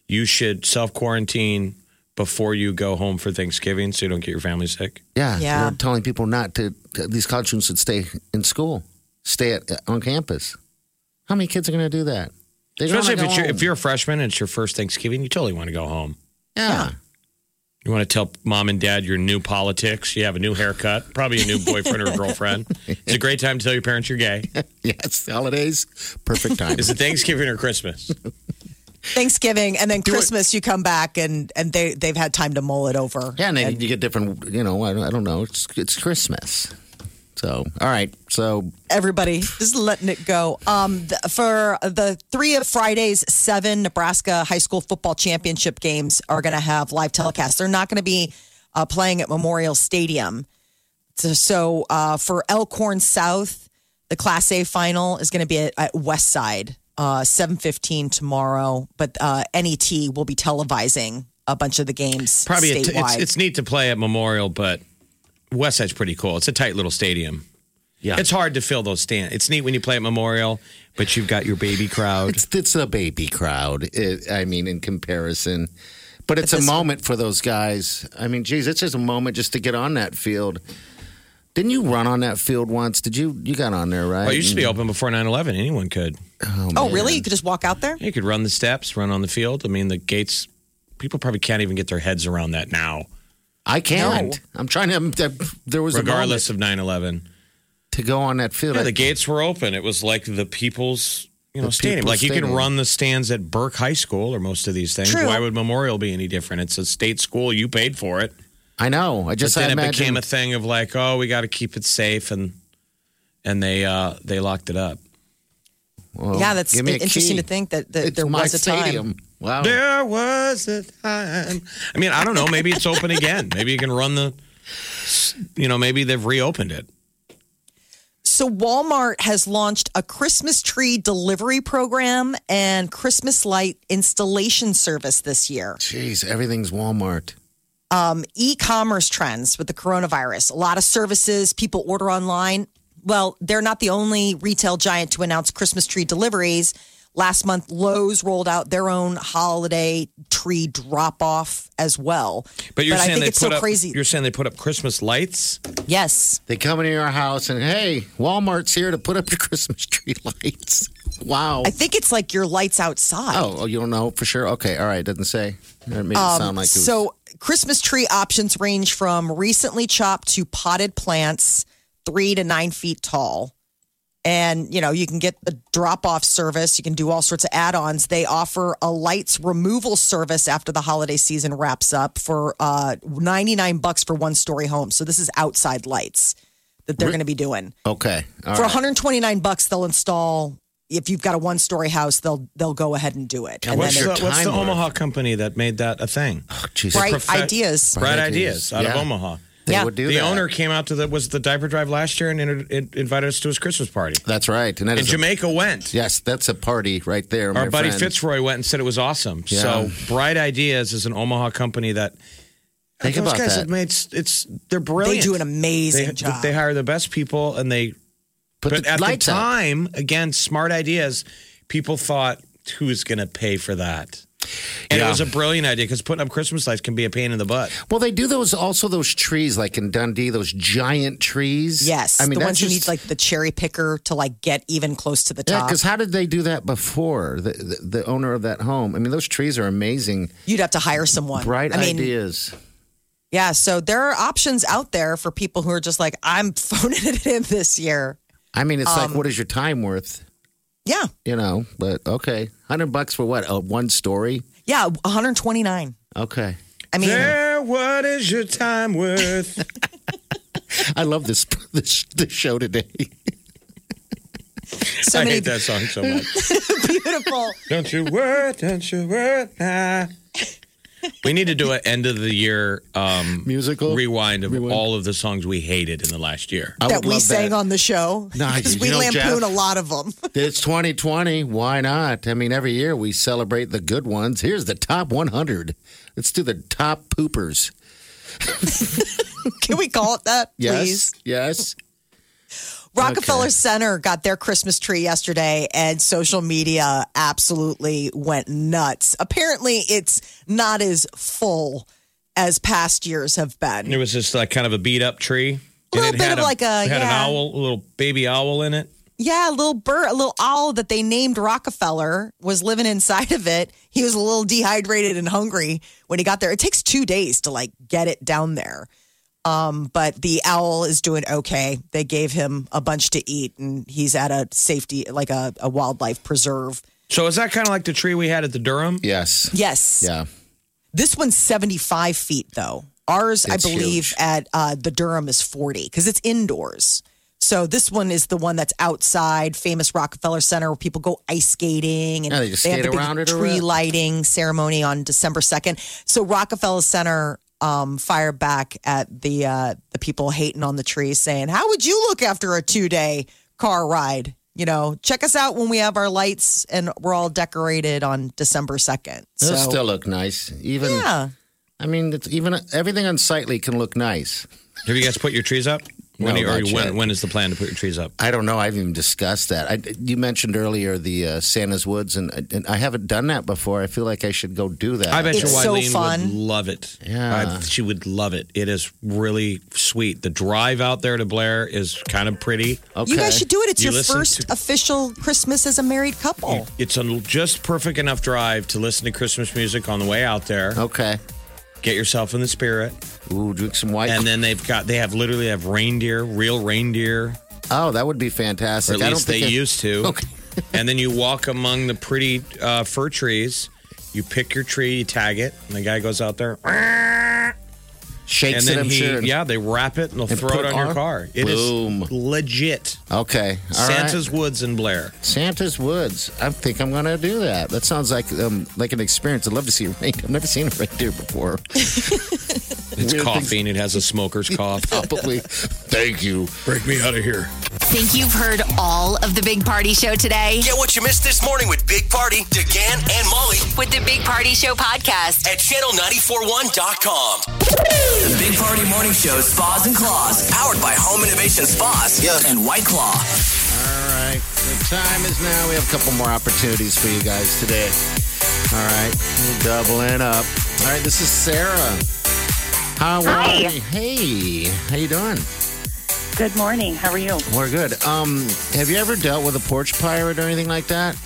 Speaker 5: you should self quarantine before you go home for Thanksgiving so you don't get your family sick?
Speaker 4: Yeah,
Speaker 3: Yeah.
Speaker 4: They're telling people not to. These college students should stay in school, stay at, on campus. How many kids are going to do that? They don't
Speaker 5: Especially if,
Speaker 4: wanna go
Speaker 5: it's your,
Speaker 4: home.
Speaker 5: if you're a freshman and it's your first Thanksgiving, you totally want to go home.
Speaker 4: yeah.
Speaker 5: You want to tell mom and dad your new politics. You have a new haircut, probably a new boyfriend or girlfriend. It's a great time to tell your parents you're gay.
Speaker 4: Yes, holidays, perfect time.
Speaker 5: Is it Thanksgiving or Christmas?
Speaker 3: Thanksgiving and then Christmas, you come back and and they they've had time to mull it over.
Speaker 4: yeah, and, they, you get different. You know, I, don't- I don't know. It's it's Christmas, so all right. So
Speaker 3: everybody just letting it go um th- for the three of friday's seven nebraska high school football championship games are going to have live telecasts they're not going to be uh, playing at memorial stadium so, so uh, for elkhorn south the class a final is going to be at, at west side uh, 7.15 tomorrow but uh, net will be televising a bunch of the games
Speaker 5: Probably a t- it's,
Speaker 3: statewide.
Speaker 5: it's neat to play at Memorial, but West Side's pretty cool. It's a tight little stadium.
Speaker 4: yeah,
Speaker 5: It's hard to fill those stands. It's neat when you play at Memorial, but you've got your baby crowd.
Speaker 4: it's it's a baby crowd. It, I mean, in comparison, but it's a moment for those guys. I mean, geez, it's just a moment just to get on that field. Didn't you run on that field once? Did you? You got on there, right?
Speaker 5: Well, it used to be open before 9 11. Anyone could.
Speaker 3: oh really you could just walk out there
Speaker 5: You could run the steps, run on the field. I mean, the gates, people probably can't even get their heads around that now,
Speaker 4: I can't. I'm trying to. uh, There was
Speaker 5: regardless
Speaker 4: a moment
Speaker 5: of 9 11.
Speaker 4: to go on that field.
Speaker 5: Yeah, the gates were open. It was like the people's. You know,
Speaker 4: The
Speaker 5: stadium.
Speaker 4: people's
Speaker 5: Like you can
Speaker 4: stadium.
Speaker 5: run the stands at Burke High School or most of these things.
Speaker 3: True.
Speaker 5: Why would Memorial be any different? It's a state school. You paid for it.
Speaker 4: I know. I
Speaker 5: But
Speaker 4: just I
Speaker 5: then it
Speaker 4: imagine
Speaker 5: became a thing of like, oh, we got to keep it safe, and and they uh, they locked it up.
Speaker 4: well,
Speaker 3: yeah that's
Speaker 4: give me a
Speaker 3: interesting
Speaker 4: key.
Speaker 3: to think that, that
Speaker 4: It's
Speaker 3: there
Speaker 4: my
Speaker 3: was a time
Speaker 4: stadium. Wow.
Speaker 5: There was a time. I mean, I don't know. Maybe it's open again. Maybe you can run the. You know, maybe they've reopened it.
Speaker 3: So Walmart has launched a Christmas tree delivery program and Christmas light installation service this year.
Speaker 4: Jeez, everything's Walmart.
Speaker 3: Um, e-commerce trends with the coronavirus. A lot of services people order online. Well, they're not the only retail giant to announce Christmas tree deliveries. Last month, Lowe's rolled out their own holiday tree drop-off as well.
Speaker 5: But you're
Speaker 3: I
Speaker 5: saying
Speaker 3: think
Speaker 5: they
Speaker 3: it's
Speaker 5: put
Speaker 3: so
Speaker 5: up.
Speaker 3: crazy.
Speaker 5: You're saying they put up Christmas lights.
Speaker 3: Yes.
Speaker 4: They come into your house and hey, Walmart's here to put up your Christmas tree lights. Wow.
Speaker 3: I think it's like your lights outside.
Speaker 4: oh, oh, you don't know for sure. Okay, all right. Doesn't say. It made it sound like it was-
Speaker 3: Um, So, Christmas tree options range from recently chopped to potted plants, three to nine feet tall. And, you know, you can get the drop off service. You can do all sorts of add ons. They offer a lights removal service after the holiday season wraps up for uh, 99 bucks for one story home. So, this is outside lights that they're going to be doing.
Speaker 4: okay. All
Speaker 3: For
Speaker 4: right.
Speaker 3: 129 bucks, they'll install. If you've got a one-story house, they'll they'll go ahead and do it. And
Speaker 5: What's
Speaker 3: then
Speaker 5: the,
Speaker 4: your
Speaker 5: what's the
Speaker 4: time worth?
Speaker 5: Omaha company that made that a thing?
Speaker 4: Jesus.
Speaker 3: it's bright
Speaker 5: profe-
Speaker 3: ideas.
Speaker 5: Bright
Speaker 4: Ideas.
Speaker 5: Ideas out of
Speaker 4: Yeah.
Speaker 5: Omaha.
Speaker 4: They
Speaker 3: yeah.
Speaker 4: would do
Speaker 5: the
Speaker 4: that.
Speaker 5: owner came out to the was the diaper drive last year and inter- in- invited us to his Christmas party.
Speaker 4: That's right. And that is
Speaker 5: And
Speaker 4: a-
Speaker 5: Jamaica went.
Speaker 4: yes, that's a party right there.
Speaker 5: Our
Speaker 4: my
Speaker 5: buddy
Speaker 4: friend.
Speaker 5: Fitzroy went and said it was awesome. So Bright Ideas is an Omaha company that
Speaker 4: Think
Speaker 5: those
Speaker 4: about
Speaker 5: guys
Speaker 4: that.
Speaker 5: have made it's, it's they're
Speaker 3: They
Speaker 5: brilliant.
Speaker 3: do an amazing
Speaker 5: They-
Speaker 3: job.
Speaker 5: They hire the best people and they
Speaker 4: Put
Speaker 5: but
Speaker 4: the
Speaker 5: at the
Speaker 4: lights out.
Speaker 5: time, again, smart ideas, people thought who's going to pay for that? And it
Speaker 4: Yeah.
Speaker 5: was a brilliant idea because putting up Christmas lights can be a pain in the butt.
Speaker 4: Well, they do those also those trees like in Dundee, those giant trees.
Speaker 3: Yes,
Speaker 4: I
Speaker 3: the
Speaker 4: mean that's
Speaker 3: ones you need
Speaker 4: just-
Speaker 3: like the cherry picker to like get even close to the
Speaker 4: yeah.
Speaker 3: top.
Speaker 4: Because how did they do that before? The, the the owner of that home. I mean, those trees are amazing.
Speaker 3: You'd have to hire someone.
Speaker 4: Bright
Speaker 3: I mean,
Speaker 4: ideas.
Speaker 3: yeah. So there are options out there for people who are just like, I'm phoning it in this year.
Speaker 4: I mean, it's
Speaker 3: um,
Speaker 4: like what is your time worth?
Speaker 3: Yeah,
Speaker 4: You know, but okay, hundred bucks for what? A one story.
Speaker 3: yeah, 129.
Speaker 4: Okay,
Speaker 3: I mean,
Speaker 5: Yeah, what is your time worth?
Speaker 4: I love this this, this show today.
Speaker 3: so
Speaker 5: I
Speaker 3: many
Speaker 5: hate that song so much.
Speaker 3: beautiful.
Speaker 5: Don't you worry, don't you worry. Nah. We need to do an end of the year um,
Speaker 4: Musical?
Speaker 5: rewind of
Speaker 4: Rewind.
Speaker 5: all of the songs we hated in the last year.
Speaker 4: I
Speaker 3: that
Speaker 4: would
Speaker 3: we
Speaker 4: love
Speaker 3: sang
Speaker 4: that.
Speaker 3: on the show
Speaker 4: Nah,
Speaker 3: because
Speaker 4: you
Speaker 3: we
Speaker 4: know,
Speaker 3: lampoon
Speaker 4: Jeff.
Speaker 3: a lot of them.
Speaker 4: It's 2020. Why not? I mean, every year we celebrate the good ones. Here's the top 100. Let's do the top poopers.
Speaker 3: Can we call it that, please?
Speaker 4: Yes. Yes.
Speaker 3: Rockefeller Center got their Christmas tree yesterday, and social media absolutely went nuts. Apparently, it's not as full as past years have been.
Speaker 5: It was just like kind of a beat up tree.
Speaker 3: A little
Speaker 5: And it
Speaker 3: bit
Speaker 5: had
Speaker 3: of like a-
Speaker 5: it had an
Speaker 3: yeah.
Speaker 5: owl, a little baby owl in it.
Speaker 3: Yeah, a little bird, a little owl that they named Rockefeller was living inside of it. He was a little dehydrated and hungry when he got there. It takes two days to like get it down there. Um, but the owl is doing okay. They gave him a bunch to eat, and he's at a safety, like a, a wildlife preserve.
Speaker 5: So is that kind of like the tree we had at the Durham?
Speaker 4: Yes.
Speaker 3: Yes.
Speaker 4: Yeah.
Speaker 3: This one's 75 feet, though. Ours,
Speaker 4: It's
Speaker 3: I believe,
Speaker 4: huge.
Speaker 3: at uh, the Durham is 40 because it's indoors. So this one is the one that's outside, famous Rockefeller Center, where people go ice skating and
Speaker 4: Yeah, they just
Speaker 3: have the
Speaker 4: skate
Speaker 3: big
Speaker 4: around it or
Speaker 3: tree
Speaker 4: what?
Speaker 3: lighting ceremony on December 2nd. So Rockefeller Center um, fired back at the uh, the people hating on the tree, saying, "How would you look after a two day car ride?" You know, check us out when we have our lights and we're all decorated on December 2nd.
Speaker 4: Those
Speaker 3: so,
Speaker 4: still look nice. Even,
Speaker 3: yeah.
Speaker 4: I mean, it's even everything unsightly can look nice.
Speaker 5: Have you guys put your trees up? When,
Speaker 4: No,
Speaker 5: you- or
Speaker 4: not
Speaker 5: when,
Speaker 4: yet.
Speaker 5: when is the plan to put your trees up?
Speaker 4: I don't know. I've even discussed that. I, you mentioned earlier the uh, Santa's Woods, and, and I haven't done that before. I feel like I should go do that.
Speaker 5: I bet
Speaker 3: It's
Speaker 5: you
Speaker 3: so
Speaker 5: Wileen would
Speaker 3: fun.
Speaker 5: love it.
Speaker 4: Yeah.
Speaker 5: I- she would love it. It is really sweet. The drive out there to Blair is kind of pretty.
Speaker 4: Okay.
Speaker 3: You guys should do it. It's
Speaker 5: You
Speaker 3: your
Speaker 5: listen
Speaker 3: first
Speaker 5: to-
Speaker 3: official Christmas as a married
Speaker 4: Oh.
Speaker 3: couple.
Speaker 5: It's a just perfect enough drive to listen to Christmas music on the way out there.
Speaker 4: Okay.
Speaker 5: Get yourself in the spirit,
Speaker 4: Ooh, drink some white.
Speaker 5: and then they've got they have literally have reindeer, real reindeer,
Speaker 4: oh, that would be fantastic.
Speaker 5: or at
Speaker 4: I
Speaker 5: least
Speaker 4: don't think
Speaker 5: they
Speaker 4: I-
Speaker 5: used to.
Speaker 4: Okay.
Speaker 5: and then you walk among the pretty uh, fir trees. You pick your tree, you tag it, and the guy goes out there, and
Speaker 4: Shakes it,
Speaker 5: then
Speaker 4: I'm
Speaker 5: he,
Speaker 4: sure.
Speaker 5: yeah, they wrap it and they'll
Speaker 4: And
Speaker 5: throw
Speaker 4: put
Speaker 5: it on your
Speaker 4: on?
Speaker 5: car. It is
Speaker 4: Boom.
Speaker 5: legit.
Speaker 4: Okay. All right.
Speaker 5: Santa's Woods and Blair.
Speaker 4: Santa's Woods. I think I'm going to do that. That sounds like um, like an experience. I'd love to see a reindeer. I've never seen a reindeer before.
Speaker 5: It's coughing. It has a smoker's cough.
Speaker 4: Probably. Thank you.
Speaker 5: Break me out of here.
Speaker 2: Think you've heard all of the Big Party Show today?
Speaker 1: Get what you missed this morning with Big Party, DeGan, and Molly
Speaker 2: With the Big Party Show podcast.
Speaker 1: at channel941.com.
Speaker 6: The Big Party Morning Show Spas and Claws, powered by Home Innovation Spas and White Claw.
Speaker 4: All right. The time is now. We have a couple more opportunities for you guys today. All right. We're doubling up. All right. This is Sarah. How are
Speaker 7: Hi.
Speaker 4: you? Hey. How you doing?
Speaker 7: Good morning. How are you?
Speaker 4: We're good. Um, have you ever dealt with a porch pirate or anything like that?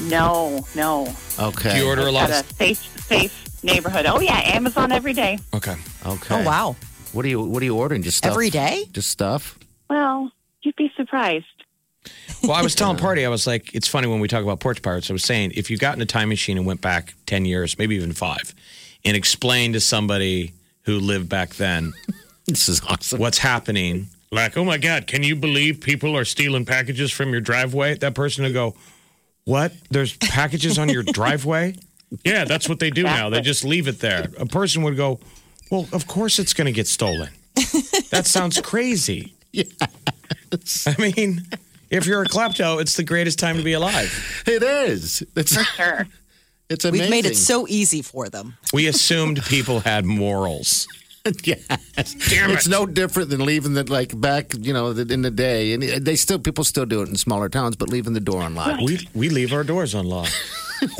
Speaker 7: No, no.
Speaker 4: Okay.
Speaker 5: Do you order a lot
Speaker 7: At a
Speaker 5: of?
Speaker 7: safe, safe neighborhood. Oh yeah, Amazon every day.
Speaker 5: Okay.
Speaker 4: okay.
Speaker 3: Oh wow!
Speaker 4: What are you What are you ordering? Just stuff.
Speaker 3: Every day?
Speaker 4: Just stuff.
Speaker 7: Well, you'd be surprised.
Speaker 5: Well, I was telling Party, I was like, it's funny when we talk about porch pirates. I was saying, if you got in a time machine and went back 10 years, maybe even five, and explained to somebody who lived back then
Speaker 4: This is awesome.
Speaker 5: what's happening, like, oh my God, can you believe people are stealing packages from your driveway? That person would go, what? There's packages on your driveway? Yeah, that's what they do now. They just leave it there. A person would go, well, of course it's going to get stolen. That sounds crazy. I mean, if you're a klepto, it's the greatest time to be alive.
Speaker 4: It is. It's
Speaker 7: Sure.
Speaker 4: it's
Speaker 3: We've
Speaker 4: amazing.
Speaker 3: made it so easy for them.
Speaker 5: We assumed people had morals.
Speaker 4: yes.
Speaker 5: Damn
Speaker 4: It's no different than leaving the like back, you know, the, in the day, and they still people still do it in smaller towns, but leaving the door unlocked.
Speaker 5: We we leave our doors unlocked.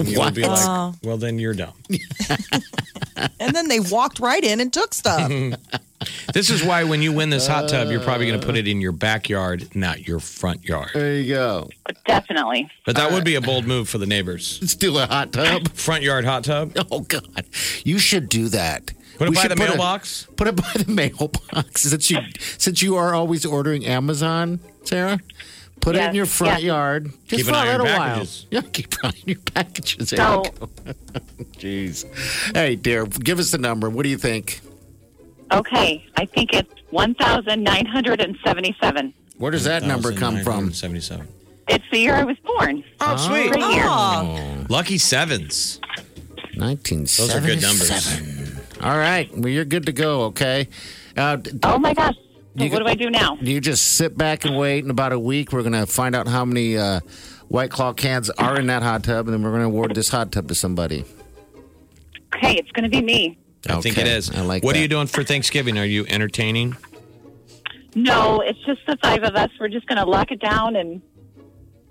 Speaker 5: You would be like, well, then you're dumb.
Speaker 3: And then they walked right in and took stuff.
Speaker 5: This is why when you win this hot tub, you're probably going to put it in your backyard, not your front yard.
Speaker 4: There you go.
Speaker 7: Definitely.
Speaker 5: But that would be a bold move for the neighbors.
Speaker 4: Steal a hot tub.
Speaker 5: Front yard hot tub.
Speaker 4: Oh God, you should do that.
Speaker 5: Put it
Speaker 4: We
Speaker 5: by
Speaker 4: should
Speaker 5: the
Speaker 4: put a-
Speaker 5: mailbox.
Speaker 4: put it by the mailbox since you since you are always ordering Amazon, Sarah. Put it in
Speaker 7: Yes,
Speaker 4: your front
Speaker 7: yes.
Speaker 4: yard. Just
Speaker 5: Keep
Speaker 4: for
Speaker 5: an eye
Speaker 4: a
Speaker 5: on
Speaker 4: little
Speaker 5: packages.
Speaker 4: while. Yeah, keep an eye on your packages. There you
Speaker 7: So,
Speaker 4: go. Jeez. Hey, dear, give us the number. What do you think?
Speaker 7: okay, I think it's 1,977.
Speaker 4: Where does that number come from?
Speaker 5: 77.
Speaker 7: It's the year I was born.
Speaker 5: Oh, sweet.
Speaker 7: Right here.
Speaker 5: Lucky sevens.
Speaker 4: 1977.
Speaker 5: Those are good numbers.
Speaker 4: All right. Well, you're good to go, okay? Uh, d-
Speaker 7: Oh my gosh. So
Speaker 4: You
Speaker 7: what do I do now?
Speaker 4: you just sit back and wait. In about a week, we're going to find out how many uh, White Claw cans are in that hot tub, and then we're going to award this hot tub to somebody.
Speaker 7: Okay, it's going to be me.
Speaker 5: I think it
Speaker 4: Okay,
Speaker 5: is.
Speaker 4: I like
Speaker 5: what are
Speaker 4: that.
Speaker 5: you doing for Thanksgiving? Are you entertaining?
Speaker 7: No, it's just the five of us. We're just going to lock it down and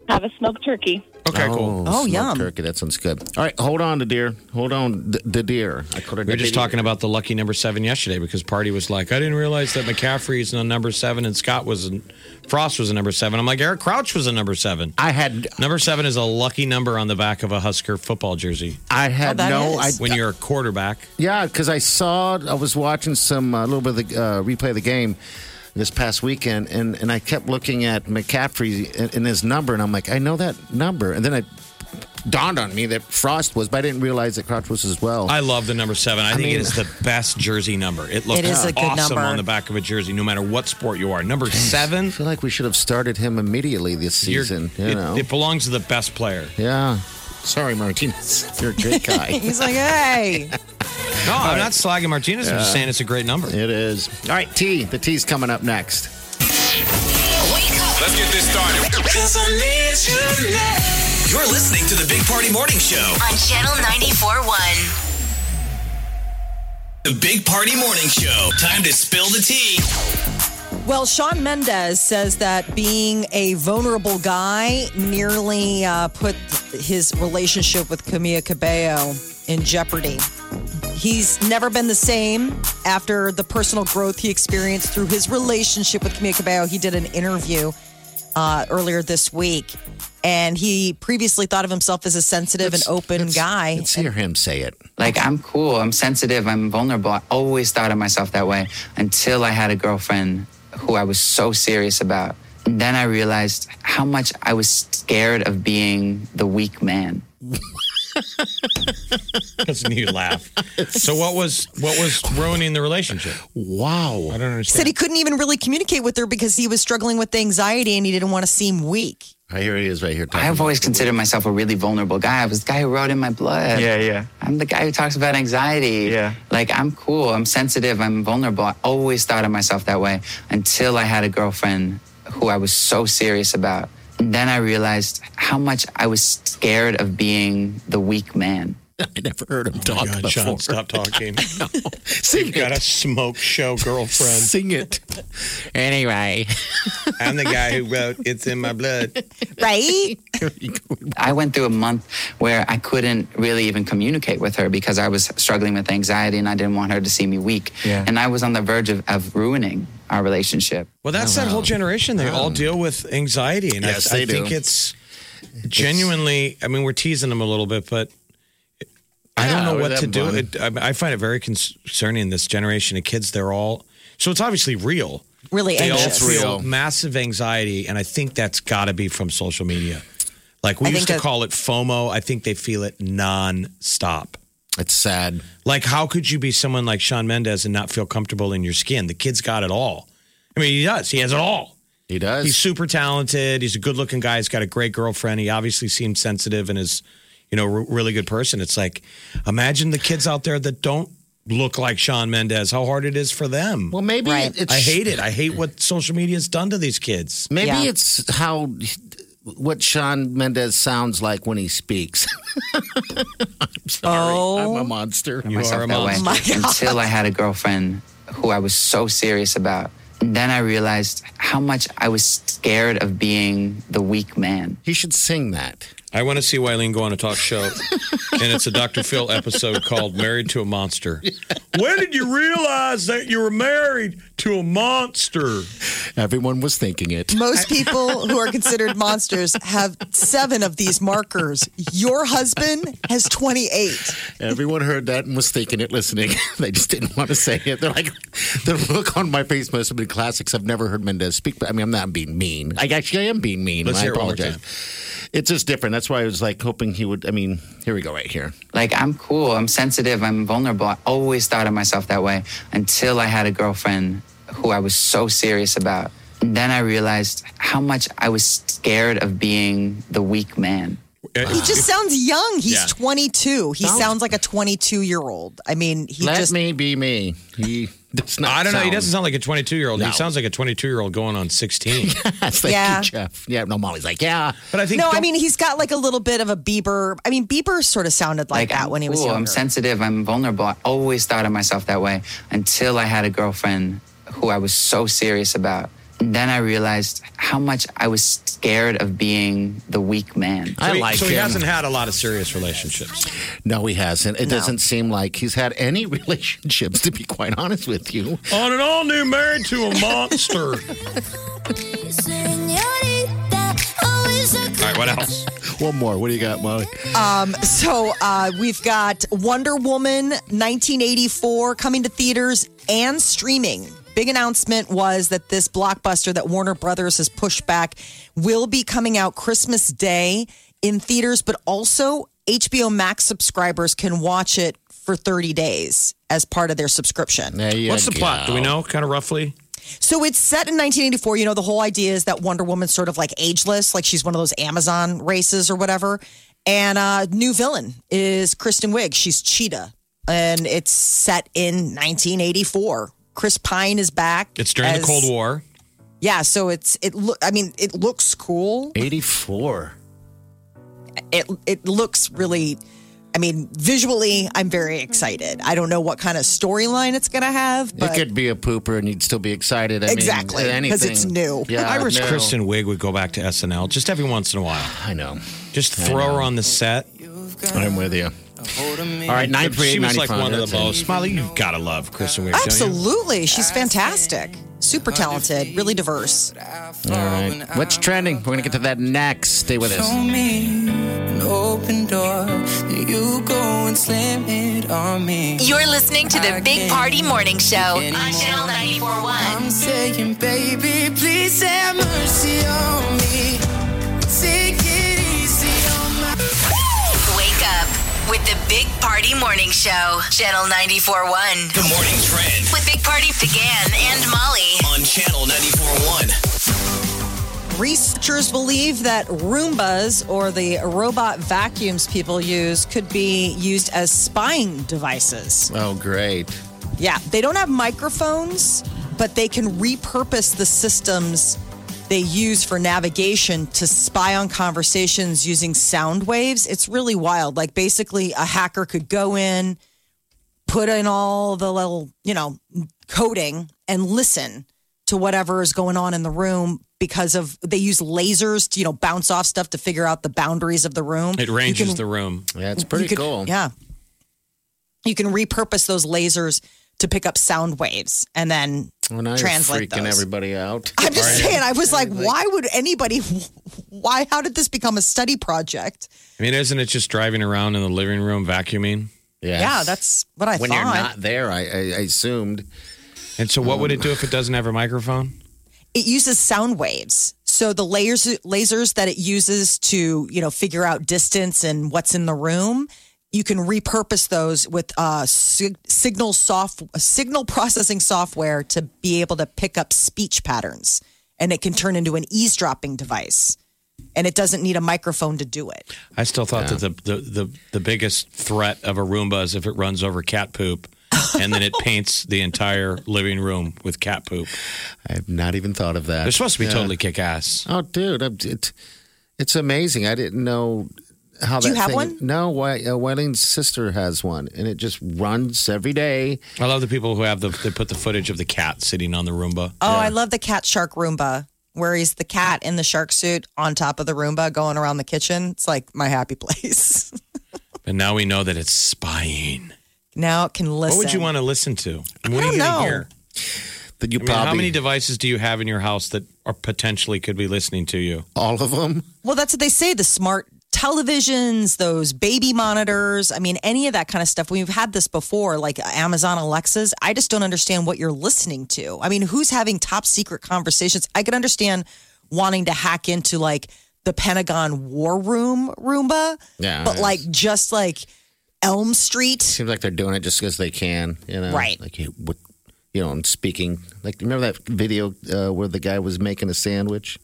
Speaker 7: have a smoked turkey.
Speaker 5: Okay, cool.
Speaker 3: Oh,
Speaker 4: smoked
Speaker 3: yum.
Speaker 4: Turkey. That sounds good. All right, hold on to deer. Hold on, the, the deer. I called it
Speaker 5: We
Speaker 4: the
Speaker 5: were just
Speaker 4: deer.
Speaker 5: talking about the lucky number seven yesterday because Party was like, I didn't realize that McCaffrey is a number seven and Scott was, a, Frost was a number seven. I'm like, Eric Crouch was a number seven.
Speaker 4: I had
Speaker 5: Number seven is a lucky number on the back of a Husker football jersey.
Speaker 4: I had
Speaker 3: Oh, that
Speaker 4: no
Speaker 3: is.
Speaker 4: idea.
Speaker 5: When you're a quarterback,
Speaker 4: Yeah, because I saw, I was watching some, a little bit of the uh, replay of the game this past weekend, and, and I kept looking at McCaffrey and, and his number, and I'm like, I know that number. And then it dawned on me that Frost was, but I didn't realize that Crouch was as well.
Speaker 5: I love the number seven. I, think
Speaker 4: mean-
Speaker 5: it is the best jersey number. It looks
Speaker 3: It is a good
Speaker 5: awesome
Speaker 3: number.
Speaker 5: on the back of a jersey, no matter what sport you are. Number seven,
Speaker 4: I feel like we should have started him immediately this
Speaker 5: you're-
Speaker 4: season, you
Speaker 5: it,
Speaker 4: know?
Speaker 5: it belongs to the best player.
Speaker 4: yeah. Sorry, Martinez. You're a great guy.
Speaker 3: He's like, hey.
Speaker 5: No, I'm not slagging Martinez. I'm just saying it's a great number.
Speaker 4: it is. All right, T. The T's coming up next.
Speaker 2: Wake up.
Speaker 8: Let's get this started.
Speaker 6: You're listening to the Big Party Morning Show.
Speaker 2: On Channel 94.1.
Speaker 6: The Big Party Morning Show. Time to spill the tea.
Speaker 3: Well, Sean Mendez says that being a vulnerable guy nearly uh, put his relationship with Camilla Cabello in jeopardy. He's never been the same after the personal growth he experienced through his relationship with Camilla Cabello. He did an interview uh, earlier this week, and he previously thought of himself as a sensitive and open guy.
Speaker 4: Let's hear him say it.
Speaker 9: Like, I'm cool, I'm sensitive, I'm vulnerable. I always thought of myself that way until I had a girlfriend who I was so serious about. And then I realized how much I was scared of being the weak man.
Speaker 5: Doesn't you laugh? so what was what was ruining the relationship?
Speaker 4: Wow.
Speaker 5: I don't understand.
Speaker 3: Said he couldn't even really communicate with her because he was struggling with anxiety and he didn't want to seem weak.
Speaker 4: Right here he is, right here. talking
Speaker 9: I've always
Speaker 4: about-
Speaker 9: considered myself a really vulnerable guy. I was the guy who wrote in my blood. Yeah, yeah. I'm the guy who talks about anxiety. Yeah. Like, I'm cool, I'm sensitive, I'm vulnerable. I always thought of myself that way until I had a girlfriend who I was so serious about. And then I realized how much I was scared of being the weak man.
Speaker 4: I never heard him talk
Speaker 5: Oh God,
Speaker 4: before.
Speaker 5: Sean, stop talking.
Speaker 4: Sing
Speaker 5: Got a
Speaker 4: it.
Speaker 5: smoke show girlfriend.
Speaker 4: Sing it. Anyway.
Speaker 5: I'm the guy who wrote "It's in My Blood."
Speaker 3: Right?
Speaker 9: I went through a month where I couldn't really even communicate with her because I was struggling with anxiety and I didn't want her to see me weak. And I was on the verge of, of ruining our relationship.
Speaker 5: Well, that's that whole generation. They all deal with anxiety, and I-
Speaker 4: Um, Yes,
Speaker 5: I,
Speaker 4: they do.
Speaker 5: think it's genuinely. I mean, we're teasing them a little bit, but I don't
Speaker 4: Yeah,
Speaker 5: know
Speaker 4: we're
Speaker 5: what to
Speaker 4: that
Speaker 5: do.
Speaker 4: blunt.
Speaker 5: It, I, I find it very concerning. This generation of kids, they're all so it's obviously real.
Speaker 3: Really
Speaker 5: They all
Speaker 3: anxious.
Speaker 4: real.
Speaker 5: feel massive anxiety, and I think that's got to be from social media. Like we
Speaker 3: I
Speaker 5: used
Speaker 3: think
Speaker 5: to
Speaker 3: that-
Speaker 5: call it FOMO. I think they feel it nonstop.
Speaker 4: It's sad.
Speaker 5: Like, how could you be someone like Sean Mendez and not feel comfortable in your skin? The kid's got it all. I mean, he does. He has it all.
Speaker 4: He does.
Speaker 5: He's super talented. He's a good looking guy. He's got a great girlfriend. He obviously seems sensitive and is, you know, a really good person. It's like, imagine the kids out there that don't look like Sean Mendez, how hard it is for them.
Speaker 4: well, maybe
Speaker 3: Right.
Speaker 4: it's.
Speaker 5: I hate it. I hate what social media has done to these kids.
Speaker 4: Maybe
Speaker 3: Yeah.
Speaker 4: it's how what Sean Mendez sounds like when he speaks. I'm sorry.
Speaker 3: Oh.
Speaker 4: I'm a monster.
Speaker 9: myself
Speaker 5: are a
Speaker 9: that way
Speaker 5: monster.
Speaker 3: Oh my God.
Speaker 9: until I had a girlfriend who I was so serious about. And then I realized how much I was scared of being the weak man.
Speaker 4: He should sing that.
Speaker 5: I want to see Wileen go on a talk show, and it's a Dr. Phil episode called "Married to a Monster." When did you realize that you were married to a monster?
Speaker 4: Everyone was thinking it.
Speaker 3: Most people who are considered monsters have seven of these markers. Your husband has 28.
Speaker 4: Everyone heard that and was thinking it listening. they just didn't want to say it. They're like, the look on my face must have been classics. I've never heard Mendez speak, but I mean, I'm not being mean. I actually am being mean.
Speaker 5: Let's
Speaker 4: I
Speaker 5: hear it one more
Speaker 4: apologize. It's just different. That's why I was like hoping he would. I mean, here we go, right here.
Speaker 9: Like, I'm cool, I'm sensitive, I'm vulnerable. I always thought of myself that way until I had a girlfriend who I was so serious about. And then I realized how much I was scared of being the weak man.
Speaker 3: He just sounds young. He's
Speaker 5: Yeah.
Speaker 3: 22. He sounds like a 22 year old. I mean, he
Speaker 4: Let
Speaker 3: just.
Speaker 4: me be me. He does not.
Speaker 5: I don't know. He
Speaker 4: sound-
Speaker 5: doesn't sound like a 22 year old. He
Speaker 4: No.
Speaker 5: sounds like a 22 year old going on 16.
Speaker 4: Thank
Speaker 3: Yeah.
Speaker 4: you, Jeff. Yeah, no, Molly's like, yeah.
Speaker 5: But I think
Speaker 3: no, I
Speaker 5: don't-
Speaker 3: mean, he's got like a little bit of a Bieber. I mean, Bieber sort of sounded like, that
Speaker 9: I'm
Speaker 3: when he was
Speaker 9: cool,
Speaker 3: younger.
Speaker 9: I'm sensitive, I'm vulnerable. I always thought of myself that way until I had a girlfriend who I was so serious about. And then I realized how much I was scared of being the weak man.
Speaker 4: I
Speaker 5: so he,
Speaker 4: like
Speaker 5: so he
Speaker 4: him.
Speaker 5: hasn't had a lot of serious relationships.
Speaker 4: No, he hasn't. It doesn't seem like he's had any relationships, to be quite honest with you.
Speaker 5: On an all new married to a monster. all right, what else?
Speaker 4: One more. What do you got, Molly?
Speaker 3: So uh, we've got Wonder Woman 1984 coming to theaters and streaming. Big announcement was that this blockbuster that Warner Brothers has pushed back will be coming out Christmas Day in theaters, but also HBO Max subscribers can watch it for 30 days as part of their subscription.
Speaker 4: There you
Speaker 5: What's the
Speaker 4: go.
Speaker 5: plot? Do we know, kind of roughly?
Speaker 3: So it's set in 1984. You know, the whole idea is that Wonder Woman's sort of like ageless, like she's one of those Amazon races or whatever. And uh, new villain is Kristen Wiig. She's Cheetah, and it's set in 1984. Chris Pine is back.
Speaker 5: It's during
Speaker 3: as-
Speaker 5: the Cold War.
Speaker 3: Yeah, so it's it. Look, I mean, it looks cool.
Speaker 4: 84.
Speaker 3: It it looks really. I mean, visually, I'm very excited. I don't know what kind of storyline it's going to have, but
Speaker 4: it could be a pooper and you'd still be excited. I mean,
Speaker 3: Exactly, 'cause
Speaker 4: anything.
Speaker 3: it's new.
Speaker 4: Yeah,
Speaker 5: I wish
Speaker 4: Uh, no.
Speaker 5: Kristen Wiig would go back to SNL just every once in a while.
Speaker 4: I know.
Speaker 5: Just throw her on the set.
Speaker 4: I'm with you. All right, nine three
Speaker 5: She
Speaker 4: eight
Speaker 5: was
Speaker 4: ninety
Speaker 5: like
Speaker 4: five.
Speaker 5: one of the most. Molly, you've got to love Kristen Wiig. don't you?
Speaker 3: absolutely, she's fantastic, super talented, really diverse.
Speaker 4: All right, what's trending? We're gonna get to that next. Stay with us.
Speaker 6: me an open door, then you go and slam it on me.
Speaker 2: You're listening to the Big Party Morning Show on Channel 941.
Speaker 6: I'm saying, baby, please have mercy on me. Take it easy on my.
Speaker 2: Wake up with the Big Party Morning Show, Channel 941.
Speaker 6: The morning trend
Speaker 2: With Big Party began and Molly.
Speaker 6: on Channel 941.
Speaker 3: Researchers believe that Roombas, or the robot vacuums people use, could be used as spying devices.
Speaker 4: Oh, great.
Speaker 3: Yeah, they don't have microphones, but they can repurpose the systems they use for navigation to spy on conversations using sound waves. It's really wild. Like, basically, a hacker could go in, put in all the little, you know, coding and listen to whatever is going on in the room because of they use lasers to, you know, bounce off stuff to figure out the boundaries of the room.
Speaker 5: It ranges the room.
Speaker 4: Yeah, it's pretty
Speaker 3: You could-
Speaker 4: cool.
Speaker 3: Yeah. You can repurpose those lasers to pick up sound waves and then
Speaker 4: Well, now
Speaker 3: translate
Speaker 4: you're freaking
Speaker 3: those.
Speaker 4: everybody out.
Speaker 3: I'm just
Speaker 4: Right.
Speaker 3: saying, I was like, why would anybody, why, how did this become a study project?
Speaker 5: I mean, isn't it just driving around in the living room vacuuming?
Speaker 4: Yes.
Speaker 3: Yeah, that's what I
Speaker 4: when
Speaker 3: thought.
Speaker 4: you're not there. I, I, I assumed.
Speaker 5: And so,
Speaker 4: Mm.
Speaker 5: what would it do if it doesn't have a microphone?
Speaker 3: it uses sound waves. So the layers, lasers that it uses to, you know, figure out distance and what's in the room, you can repurpose those with uh, sig- signal soft signal processing software to be able to pick up speech patterns, and it can turn into an eavesdropping device, and it doesn't need a microphone to do it.
Speaker 5: I still thought that the, the the the biggest threat of a Roomba is if it runs over cat poop, and then it paints the entire living room with cat poop.
Speaker 4: I've not even thought of that.
Speaker 5: They're supposed to be
Speaker 4: Yeah.
Speaker 5: totally kick ass.
Speaker 4: Oh, dude, I'm- it, it's amazing. I didn't know how
Speaker 3: Do
Speaker 4: that.
Speaker 3: you have
Speaker 4: thing,
Speaker 3: one?
Speaker 4: No, Wy- uh, Wylene's sister has one, and it just runs every day.
Speaker 5: I love the people who have the they put the footage of the cat sitting on the Roomba.
Speaker 3: Oh, I love the cat shark Roomba. where he's the cat in the shark suit on top of the Roomba going around the kitchen. It's like my happy place.
Speaker 5: And now we know that it's spying.
Speaker 3: now it can listen.
Speaker 5: What would you want to listen to? And What
Speaker 3: I
Speaker 5: are you
Speaker 3: don't
Speaker 5: going
Speaker 3: know.
Speaker 5: to hear?
Speaker 4: That you
Speaker 5: I mean,
Speaker 4: probably
Speaker 5: how many devices do you have in your house that are potentially could be listening to you?
Speaker 4: all of them.
Speaker 3: Well, that's what they say the smart televisions, those baby monitors. I mean, any of that kind of stuff. We've had this before, like Amazon Alexas. I just don't understand what you're listening to. I mean, who's having top secret conversations? I could understand wanting to hack into like the Pentagon war room Roomba,
Speaker 4: Yeah,
Speaker 3: but
Speaker 4: it's-
Speaker 3: like just like Elm Street.
Speaker 4: Seems like they're doing it just because they can, you know.
Speaker 3: Right.
Speaker 4: Like you, what, you know, and speaking. Like remember that video uh, where the guy was making a sandwich.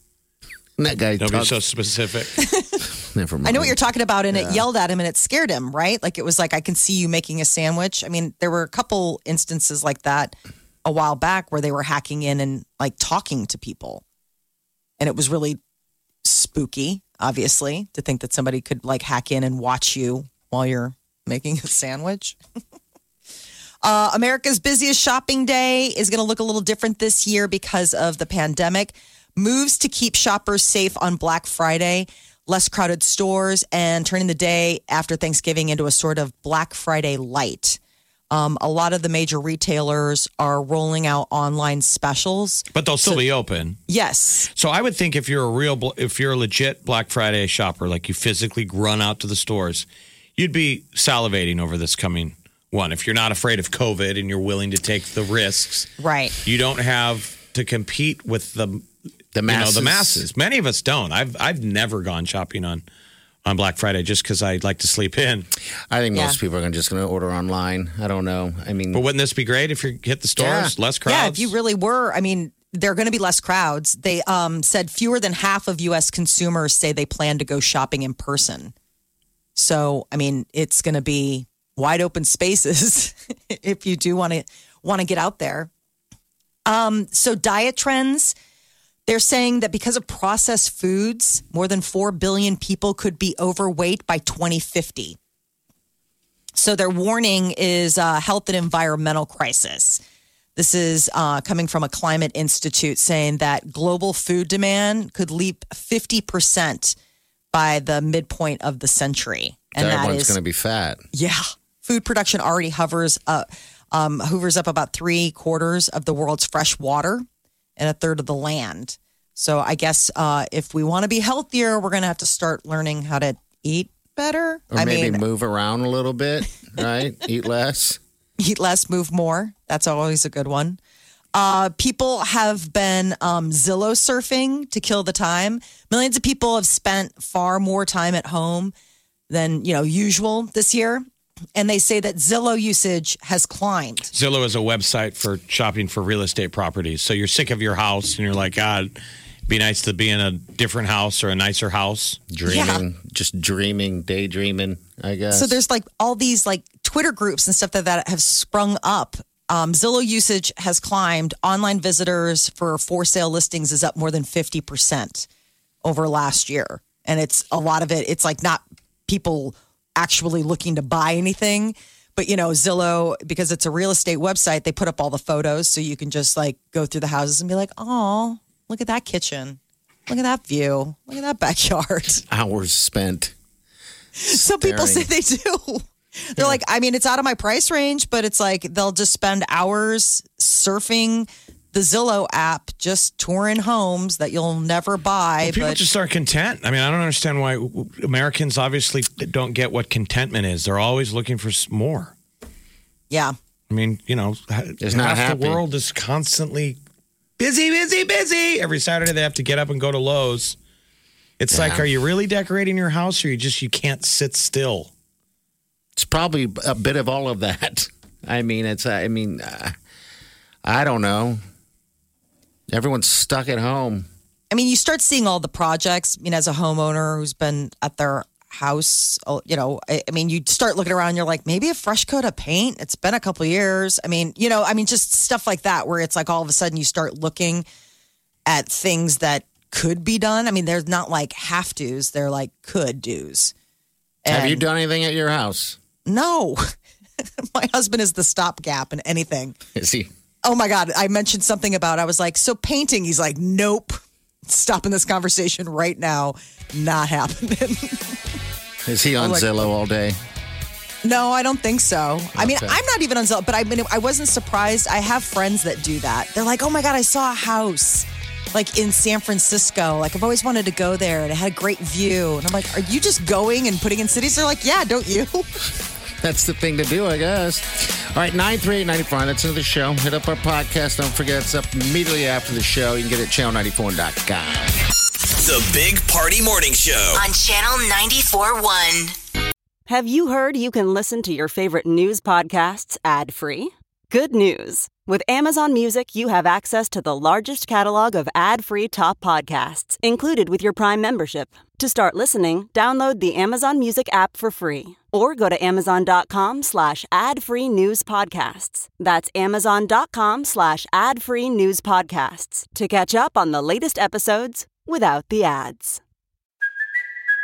Speaker 4: And that guy.
Speaker 5: Don't be
Speaker 4: talks-
Speaker 5: so specific.
Speaker 4: never mind.
Speaker 3: I know what you're talking about, and it yelled at him and it scared him, right? Like it was like, I can see you making a sandwich. I mean, there were a couple instances like that a while back where they were hacking in and like talking to people. And it was really spooky, obviously, to think that somebody could like hack in and watch you while you're making a sandwich. Uh, America's busiest shopping day is going to look a little different this year because of the pandemic. Moves to keep shoppers safe on Black Friday, less crowded stores, and turning the day after Thanksgiving into a sort of Black Friday light. Um, a lot of the major retailers are rolling out online specials.
Speaker 5: But they'll still be open.
Speaker 3: Yes.
Speaker 5: So I would think if you're a real, bl- if you're a legit Black Friday shopper, like you physically run out to the stores, you'd be salivating over this coming one. If you're not afraid of COVID and you're willing to take the risks,
Speaker 3: Right.
Speaker 5: you don't have to compete with the
Speaker 4: the
Speaker 5: you know
Speaker 4: masses.
Speaker 5: the masses. Many of us don't. I've I've never gone shopping on on Black Friday just because I like to sleep in.
Speaker 4: I think
Speaker 3: Yeah.
Speaker 4: most people are gonna just going to order online. I don't know. I mean,
Speaker 5: But wouldn't this be great if you hit the stores,
Speaker 4: Yeah.
Speaker 5: less
Speaker 3: Yeah, if
Speaker 5: crowds?
Speaker 3: you really were, I mean, there are going to be less crowds. They um, said fewer than half of U.S. consumers say they plan to go shopping in person. So, I mean, it's going to be wide open spaces if you do want to want to get out there. Um, so, diet trends. They're saying that because of processed foods, more than 4 billion people could be overweight by 2050. So their warning is uh, health and environmental crisis. This is uh, coming from a climate institute saying that global food demand could leap 50% by the midpoint of the century. And that
Speaker 4: everyone's
Speaker 3: is
Speaker 4: going to be fat.
Speaker 3: yeah. Food production already hovers up, um, hoovers up about three quarters of the world's fresh water and a third of the land. So I guess uh, if we want to be healthier, we're going to have to start learning how to eat better.
Speaker 4: Or
Speaker 3: I
Speaker 4: maybe
Speaker 3: mean,
Speaker 4: move around a little bit, right? Eat less.
Speaker 3: eat less, move more. That's always a good one. Uh, people have been um, Zillow surfing to kill the time. Millions of people have spent far more time at home than you know usual this year, and they say that Zillow usage has climbed.
Speaker 5: Zillow is a website for shopping for real estate properties. So you're sick of your house and you're like, God, it'd be nice to be in a different house or a nicer house.
Speaker 4: Dreaming, just dreaming, daydreaming, I guess.
Speaker 3: So there's like all these like Twitter groups and stuff that, that have sprung up. Um, Zillow usage has climbed. Online visitors for for sale listings is up more than 50% over last year. And it's a lot of it, it's like not people actually looking to buy anything. But you know, Zillow, because it's a real estate website, they put up all the photos so you can just like go through the houses and be like, oh, look at that kitchen. Look at that view. Look at that backyard.
Speaker 4: hours spent.
Speaker 3: Some people say they do. They're like, I mean, it's out of my price range, but it's like they'll just spend hours surfing the Zillow app, just touring homes that you'll never buy.
Speaker 5: People
Speaker 3: but
Speaker 5: just aren't content. I mean, I don't understand why Americans obviously don't get what contentment is. They're always looking for s- more.
Speaker 3: yeah,
Speaker 5: I mean, you know,
Speaker 4: It's
Speaker 5: half
Speaker 4: not
Speaker 5: the
Speaker 4: happy.
Speaker 5: world is constantly busy, busy, busy. Every Saturday they have to get up and go to Lowe's. It's like, are you really decorating your house, or you just you can't sit still?
Speaker 4: It's probably a bit of all of that. I mean, it's. I mean, uh, I don't know. Everyone's stuck at home.
Speaker 3: I mean, you start seeing all the projects. I mean, as a homeowner who's been at their house, oh, you know, I, I mean, you start looking around. You're like, maybe a fresh coat of paint. It's been a couple years. I mean, you know, I mean, just stuff like that, where it's like all of a sudden you start looking at things that could be done. I mean, they're not like have tos; they're like could dos.
Speaker 4: Have you
Speaker 3: And-
Speaker 4: done anything at your house?
Speaker 3: No, my husband is the stopgap in anything.
Speaker 4: Is he?
Speaker 3: Oh my God. I mentioned something about, I was like, so painting. He's like, nope. stopping this conversation right now. Not happening.
Speaker 4: Is he on
Speaker 3: Like-
Speaker 4: Zillow all day?
Speaker 3: No, I don't think so. I mean,
Speaker 4: Okay.
Speaker 3: I'm not even on Zillow, but I mean, I wasn't surprised. I have friends that do that. They're like, "Oh my god, I saw a house like in San Francisco. Like I've always wanted to go there, and it had a great view." And I'm like, "Are you just going and putting in cities?" They're like, "Yeah, don't you?"
Speaker 4: That's the thing to do, I guess. All right, 93895. That's another show. Hit up our podcast. Don't forget, it's up immediately after the show. You can get it at channel94.com.
Speaker 6: The Big Party Morning Show.
Speaker 10: on Channel 941.
Speaker 7: Have you heard you can listen to your favorite news podcasts ad free? Good news! With Amazon Music, you have access to the largest catalog of ad free top podcasts included with your Prime membership. To start listening, download the Amazon Music app for free or go to amazon.com slash ad free news podcasts. That's amazon.com slash ad free news podcasts to catch up on the latest episodes without the ads.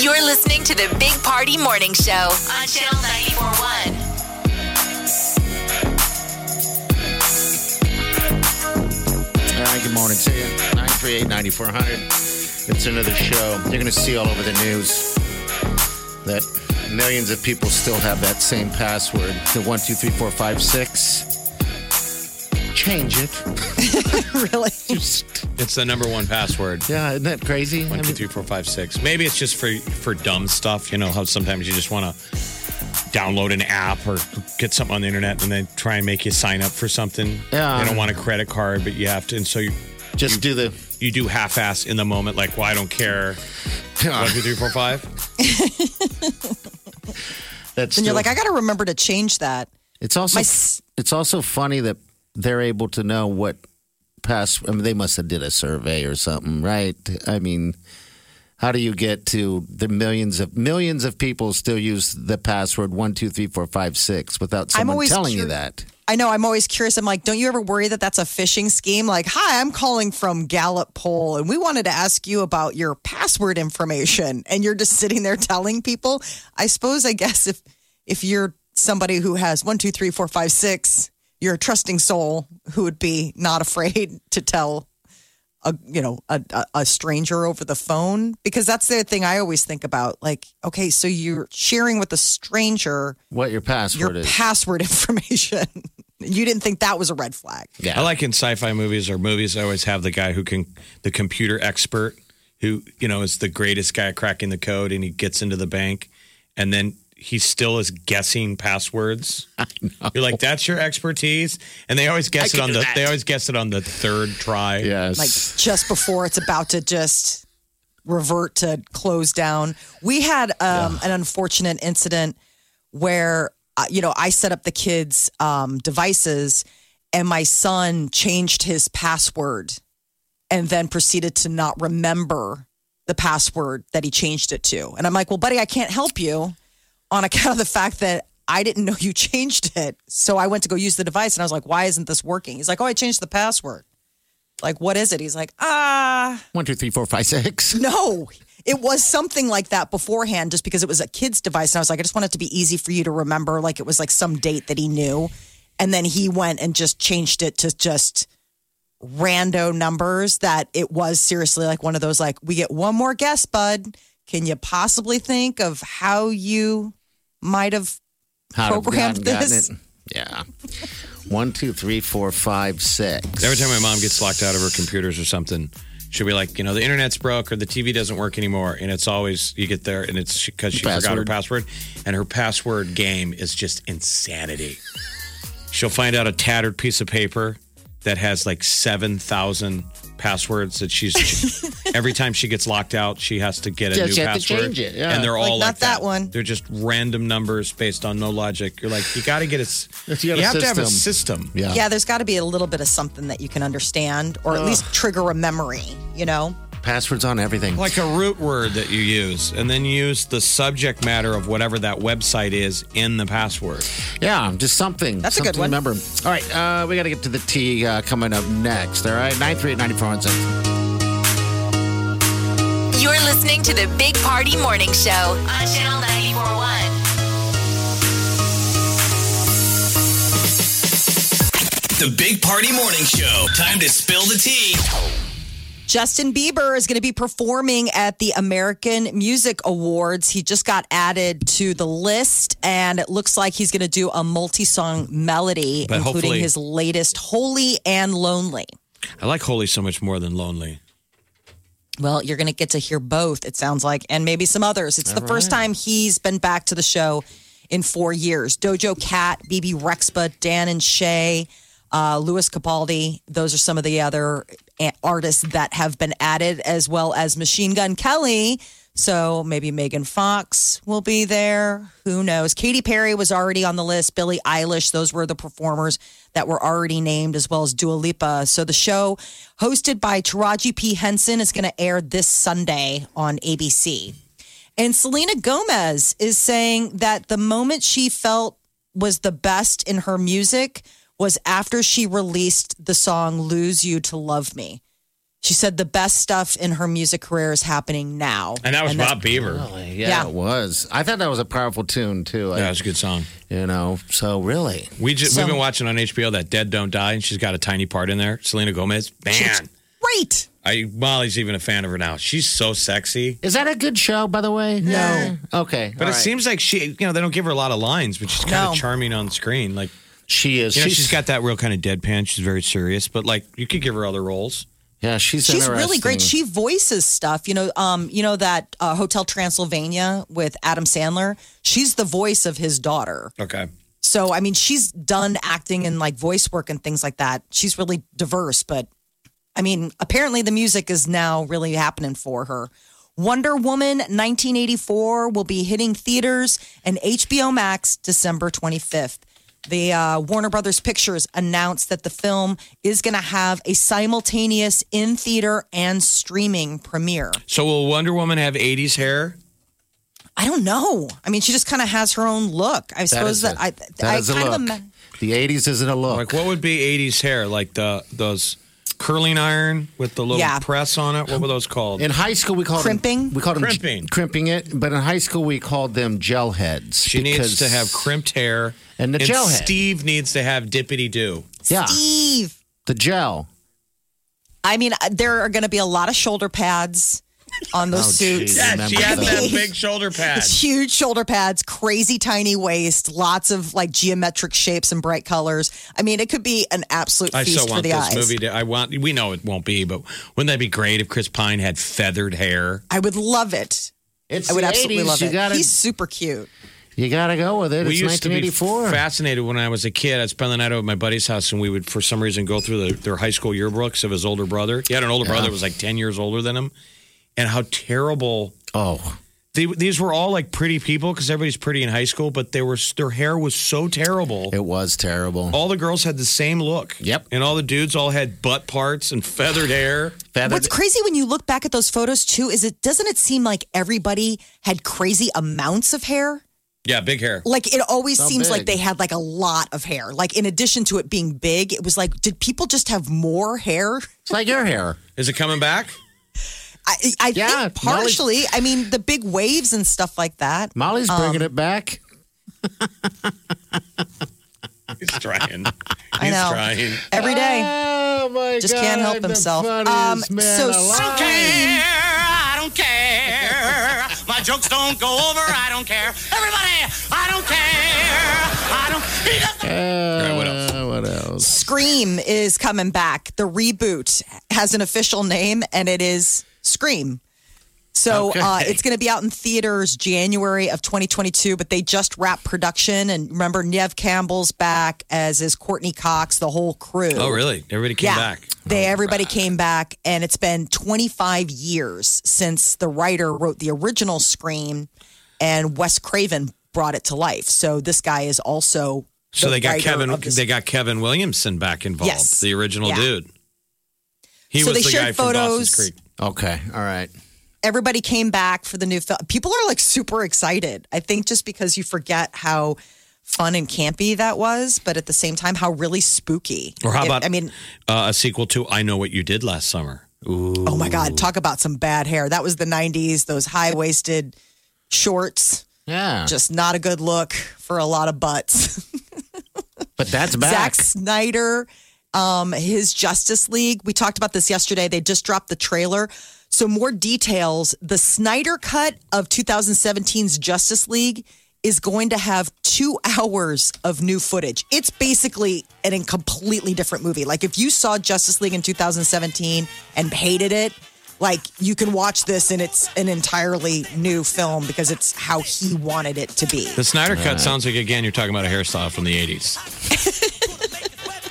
Speaker 10: You're listening to the Big Party Morning Show on Channel 941.
Speaker 4: All right, good morning to you. 938 9400. It's another show. You're going to see all over the news that millions of people still have that same password the 123456. Change it.
Speaker 3: really?
Speaker 5: It's the number one password.
Speaker 4: Yeah, isn't that crazy?
Speaker 5: One, two, three, four, five, six. Maybe it's just for for dumb stuff. You know how sometimes you just want to download an app or get something on the internet, and they try and make you sign up for something.
Speaker 4: Yeah.
Speaker 5: They don't want a credit card, but you have to, and so you
Speaker 4: just do the
Speaker 5: you do half-ass in the moment, like, well, I don't care. One, two, three, four, five.
Speaker 4: That's
Speaker 3: and you're
Speaker 4: still-
Speaker 3: like, "I got to remember to change that."
Speaker 4: It's also
Speaker 3: My s-
Speaker 4: it's also funny that they're able to know what pass. I mean, they must have did a survey or something, right? I mean, how do you get to the millions of millions of people still use the password one two three four five six without
Speaker 3: I'm
Speaker 4: someone
Speaker 3: always
Speaker 4: telling you
Speaker 3: curi-
Speaker 4: that?
Speaker 3: I know. I'm always curious. I'm like, don't you ever worry that that's a phishing scheme? Like, hi, I'm calling from Gallup poll, and we wanted to ask you about your password information, and you're just sitting there telling people. I suppose, I guess, if if you're somebody who has one, two, three, four, five, six, you're a trusting soul who would be not afraid to tell a you know a, a, a stranger over the phone because that's the thing I always think about. Like, okay, so you're sharing with a stranger
Speaker 4: What your password
Speaker 3: your
Speaker 4: is?
Speaker 3: password information. you didn't think that was a red flag.
Speaker 5: I like in sci-fi movies or movies. I always have the guy who can, the computer expert, who you know is the greatest guy at cracking the code, and he gets into the bank, and then he still is guessing passwords. You're like, that's your expertise, and they always guess
Speaker 3: I can
Speaker 5: it on
Speaker 3: do
Speaker 5: the.
Speaker 3: that.
Speaker 5: They always guess it on the third try.
Speaker 4: Yes.
Speaker 3: Like just before it's about to just revert to close down. We had um, an unfortunate incident where uh, you know I set up the kids' um, devices, and my son changed his password, and then proceeded to not remember the password that he changed it to. And I'm like, well, buddy, I can't help you on account of the fact that. I didn't know you changed it. So I went to go use the device and I was like, why isn't this working? He's like, oh, I changed the password. Like, what is it? He's like, ah,
Speaker 4: One two three four five six.
Speaker 3: no. It was something like that beforehand, just because it was a kid's device. And I was like, I just want it to be easy for you to remember. Like, it was like some date that he knew. And then he went and just changed it to just rando numbers that it was seriously like one of those, like, we get one more guess, bud. Can you possibly think of how you might have
Speaker 4: How to-
Speaker 3: programmed
Speaker 4: gotten- gotten
Speaker 3: this?
Speaker 4: it. Yeah. One two three four five six.
Speaker 5: Every time my mom gets locked out of her computers or something, she'll be like, you know, the internet's broke or the TV doesn't work anymore. And it's always, you get there and it's because she forgot her password. And her password game is just insanity. She'll find out a tattered piece of paper that has like 7,000 passwords that she's every time she gets locked out, she has to get a
Speaker 3: Just
Speaker 5: new
Speaker 3: have to
Speaker 5: password.
Speaker 3: change it, yeah.
Speaker 5: And they're
Speaker 3: Like,
Speaker 5: all
Speaker 3: not
Speaker 5: like
Speaker 3: that one.
Speaker 5: They're just random numbers based on no logic. You're like, you got to get a, s- you,
Speaker 4: got a
Speaker 5: have to have a
Speaker 4: system.
Speaker 5: system.
Speaker 3: Yeah, there's got to be a little bit of something that you can understand or at
Speaker 5: Ugh.
Speaker 3: least trigger a memory, you know?
Speaker 4: Passwords on everything.
Speaker 5: Like a root word that you use, and then use the subject matter of whatever that website is in the password.
Speaker 4: Yeah, just something.
Speaker 5: That's a
Speaker 4: something
Speaker 5: good one.
Speaker 4: to remember. All right, uh, we got to get to the T uh, coming up next. All right, 938
Speaker 2: You're listening to the Big Party Morning Show on Channel 941.
Speaker 11: The Big Party Morning Show. Time to spill the tea.
Speaker 3: Justin Bieber is going to be performing at the American Music Awards. He just got added to the list, and it looks like he's going to do a multi song melody,
Speaker 5: But
Speaker 3: including
Speaker 5: hopefully-
Speaker 3: his latest, Holy and Lonely.
Speaker 5: I like holy so much more than lonely.
Speaker 3: Well, you're going to get to hear both, it sounds like, and maybe some others. It's the
Speaker 5: All
Speaker 3: first time he's been back to the show in four years. Dojo Cat, BB Rexpa, Dan and Shay, uh, Louis Capaldi. Those are some of the other a- artists that have been added, as well as Machine Gun Kelly. So maybe Megan Fox will be there. Who knows? Katy Perry was already on the list. Billie Eilish. Those were the performers that were already named, as well as Dua Lipa. So the show, hosted by Taraji P. Henson, is going to air this Sunday on ABC. And Selena Gomez is saying that the moment she felt was the best in her music was after she released the song Lose You to Love Me. She said the best stuff in her music career is happening now.
Speaker 5: And that was
Speaker 3: that's-
Speaker 5: Bob Beaver.
Speaker 4: Yeah,
Speaker 3: Yeah.
Speaker 4: it was. I thought that was a powerful tune, too.
Speaker 5: Yeah, it was a good song.
Speaker 4: You know, so really.
Speaker 5: We just,
Speaker 4: So-
Speaker 5: we've been watching on HBO that Dead Don't Die, and she's got a tiny part in there. Selena Gomez, man,
Speaker 3: Great.
Speaker 5: I Molly's even a fan of her now. She's so sexy.
Speaker 4: Is that a good show, by the way? No. Okay.
Speaker 5: But it seems like she, you know, they don't give her a lot of lines, but she's kind
Speaker 4: No.
Speaker 5: of charming on screen. Like
Speaker 4: she is.
Speaker 5: You know,
Speaker 4: She's-
Speaker 5: she's got that real kind of deadpan. She's very serious, but like you could give her other roles.
Speaker 4: Yeah, she's
Speaker 3: She's really great. She voices stuff. You know, um, you know that uh, Hotel Transylvania with Adam Sandler. She's the voice of his daughter.
Speaker 5: okay.
Speaker 3: So I mean, she's done acting and like voice work and things like that. She's really diverse, but I mean, apparently the music is now really happening for her. Wonder Woman 1984 will be hitting theaters and HBO Max December 25th. The uh, Warner Brothers Pictures announced that the film is going to have a simultaneous in theater and streaming premiere.
Speaker 5: So will Wonder Woman have '80s hair?
Speaker 3: I don't know. I mean, she just kind of has her own look. I suppose that, I, I kind of ima-
Speaker 4: the '80s isn't a look.
Speaker 5: Like what would be '80s hair? Like the those curling iron with the little
Speaker 4: Yeah.
Speaker 5: press on it. What were those called?
Speaker 4: In high school, we called Them, we called them
Speaker 5: Crimping.
Speaker 4: crimping it. But in high school, we called them gel heads.
Speaker 5: She needs to have crimped hair,
Speaker 4: And the gel head.
Speaker 5: Steve needs to have dippity do.
Speaker 4: yeah,
Speaker 3: Steve.
Speaker 4: the gel.
Speaker 3: I mean, uh, there are going to be a lot of shoulder pads on
Speaker 5: Oh,
Speaker 3: those suits.
Speaker 5: Yeah, she has that big shoulder pad.
Speaker 3: It's huge shoulder pads, crazy tiny waist, lots of like geometric shapes and bright colors. I mean, it could be an absolute
Speaker 5: I
Speaker 3: feast
Speaker 5: so
Speaker 3: for
Speaker 5: want
Speaker 3: the
Speaker 5: this
Speaker 3: eyes.
Speaker 5: movie to. I want. We know it won't be, but wouldn't that be great if Chris Pine had feathered hair?
Speaker 3: I would love it.
Speaker 4: It's
Speaker 3: I would
Speaker 4: the
Speaker 3: absolutely
Speaker 4: 80s,
Speaker 3: love
Speaker 4: you
Speaker 3: it.
Speaker 4: gotta-
Speaker 3: He's super cute.
Speaker 4: You gotta go with it. it's 1984.
Speaker 5: to be fascinated when I was a kid. I'd spend the night over at my buddy's house, and we would, for some reason, go through the, their high school yearbooks of his older brother. He had an older
Speaker 4: Yeah.
Speaker 5: brother that was like ten years older than him, and how terrible.
Speaker 4: Oh,
Speaker 5: They, these were all like pretty people because everybody's pretty in high school, but they were their hair was so terrible.
Speaker 4: It was terrible.
Speaker 5: All the girls had the same look. Yep, and all the dudes all had butt parts and feathered hair.
Speaker 3: What's crazy when you look back at those photos too is it doesn't it seem like everybody had crazy amounts of hair?
Speaker 5: Yeah, big hair.
Speaker 3: Like it always
Speaker 5: So
Speaker 3: seems like
Speaker 5: big.
Speaker 3: they had like a lot of hair. Like in addition to it being big, it was like did people just have more hair? It's
Speaker 4: like your hair.
Speaker 5: Is it coming back?
Speaker 3: I, I think partially. I mean, the big waves and stuff like that.
Speaker 4: Molly's
Speaker 3: Um,
Speaker 4: bringing it back.
Speaker 5: He's trying.
Speaker 3: I
Speaker 5: He's
Speaker 3: know.
Speaker 5: trying.
Speaker 3: every day.
Speaker 4: Oh my
Speaker 3: Just can't help
Speaker 4: God, the
Speaker 3: himself. Um,
Speaker 4: funniest man
Speaker 3: so
Speaker 4: alive.
Speaker 3: Scream.
Speaker 11: I don't care. My jokes don't go over. I don't care. Everybody, I don't care. I don't.
Speaker 4: what else? Uh, What else?
Speaker 3: Scream is coming back. The reboot has an official name, and it is Scream. So uh,
Speaker 4: Okay.
Speaker 3: it's going to be out in theaters January of 2022, but they just wrapped production. And remember, Nev Campbell's back, as is Courtney Cox, the whole crew.
Speaker 5: Oh, really? Everybody came
Speaker 3: yeah.
Speaker 5: back. Oh.
Speaker 3: They everybody came back, and it's been 25 years since the writer wrote the original Scream, and Wes Craven brought it to life. So this guy is also
Speaker 5: So
Speaker 3: the
Speaker 5: they got
Speaker 3: writer
Speaker 5: Kevin.
Speaker 3: of the
Speaker 5: They got Kevin Williamson back involved.
Speaker 3: Yes.
Speaker 5: The original
Speaker 3: Yeah.
Speaker 5: dude. He
Speaker 3: So
Speaker 5: was
Speaker 3: they
Speaker 5: the
Speaker 3: shared
Speaker 5: guy from Dawson's
Speaker 3: photos.
Speaker 5: Creek.
Speaker 4: Okay. All right.
Speaker 3: everybody came back for the new film. People are like super excited. I think just because you forget how fun and campy that was, but at the same time, how really spooky.
Speaker 5: Or how
Speaker 3: It-
Speaker 5: about?
Speaker 3: I mean,
Speaker 5: uh, a sequel to I Know What You Did Last Summer. Ooh.
Speaker 3: oh my God, talk about some bad hair. That was the 90s, those high waisted shorts.
Speaker 4: Yeah.
Speaker 3: Just not a good look for a lot of butts.
Speaker 4: But that's
Speaker 3: Zack
Speaker 4: back.
Speaker 3: Snyder, um, his Justice League. We talked about this yesterday. They just dropped the trailer. So, more details. The Snyder cut of 2017's Justice League is going to have two hours of new footage. It's basically an, a completely different movie. Like, if you saw Justice League in 2017 and hated it, like you can watch this and it's an entirely new film because it's how he wanted it to be.
Speaker 5: The Snyder Cut
Speaker 3: Alright.
Speaker 5: sounds like again you're talking about a hairstyle from the '80s.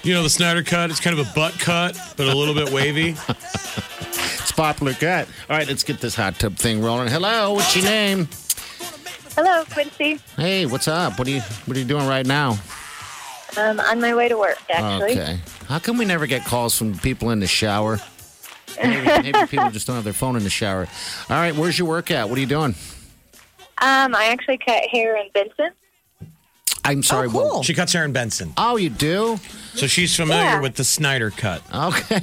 Speaker 5: you know the Snyder Cut. It's kind of a butt cut, but a little bit wavy.
Speaker 4: It's popular cat. All right, let's get this hot tub thing rolling. Hello, what's your name?
Speaker 12: Hello, Quincy.
Speaker 4: Hey, what's up? What are you What are you doing right now?
Speaker 12: Um, on my way to work, actually.
Speaker 4: Okay. How come we never get calls from people in the shower? Maybe, maybe people just don't have their phone in the shower. All right, where's your work at? What are you doing?
Speaker 12: Um, I actually cut hair in Benson. Oh,
Speaker 4: I'm sorry.
Speaker 3: Oh,
Speaker 5: Well, she cuts Aaron Benson.
Speaker 4: Oh, you do?
Speaker 5: So she's familiar
Speaker 12: Yeah.
Speaker 5: with the Snyder Cut.
Speaker 4: Okay.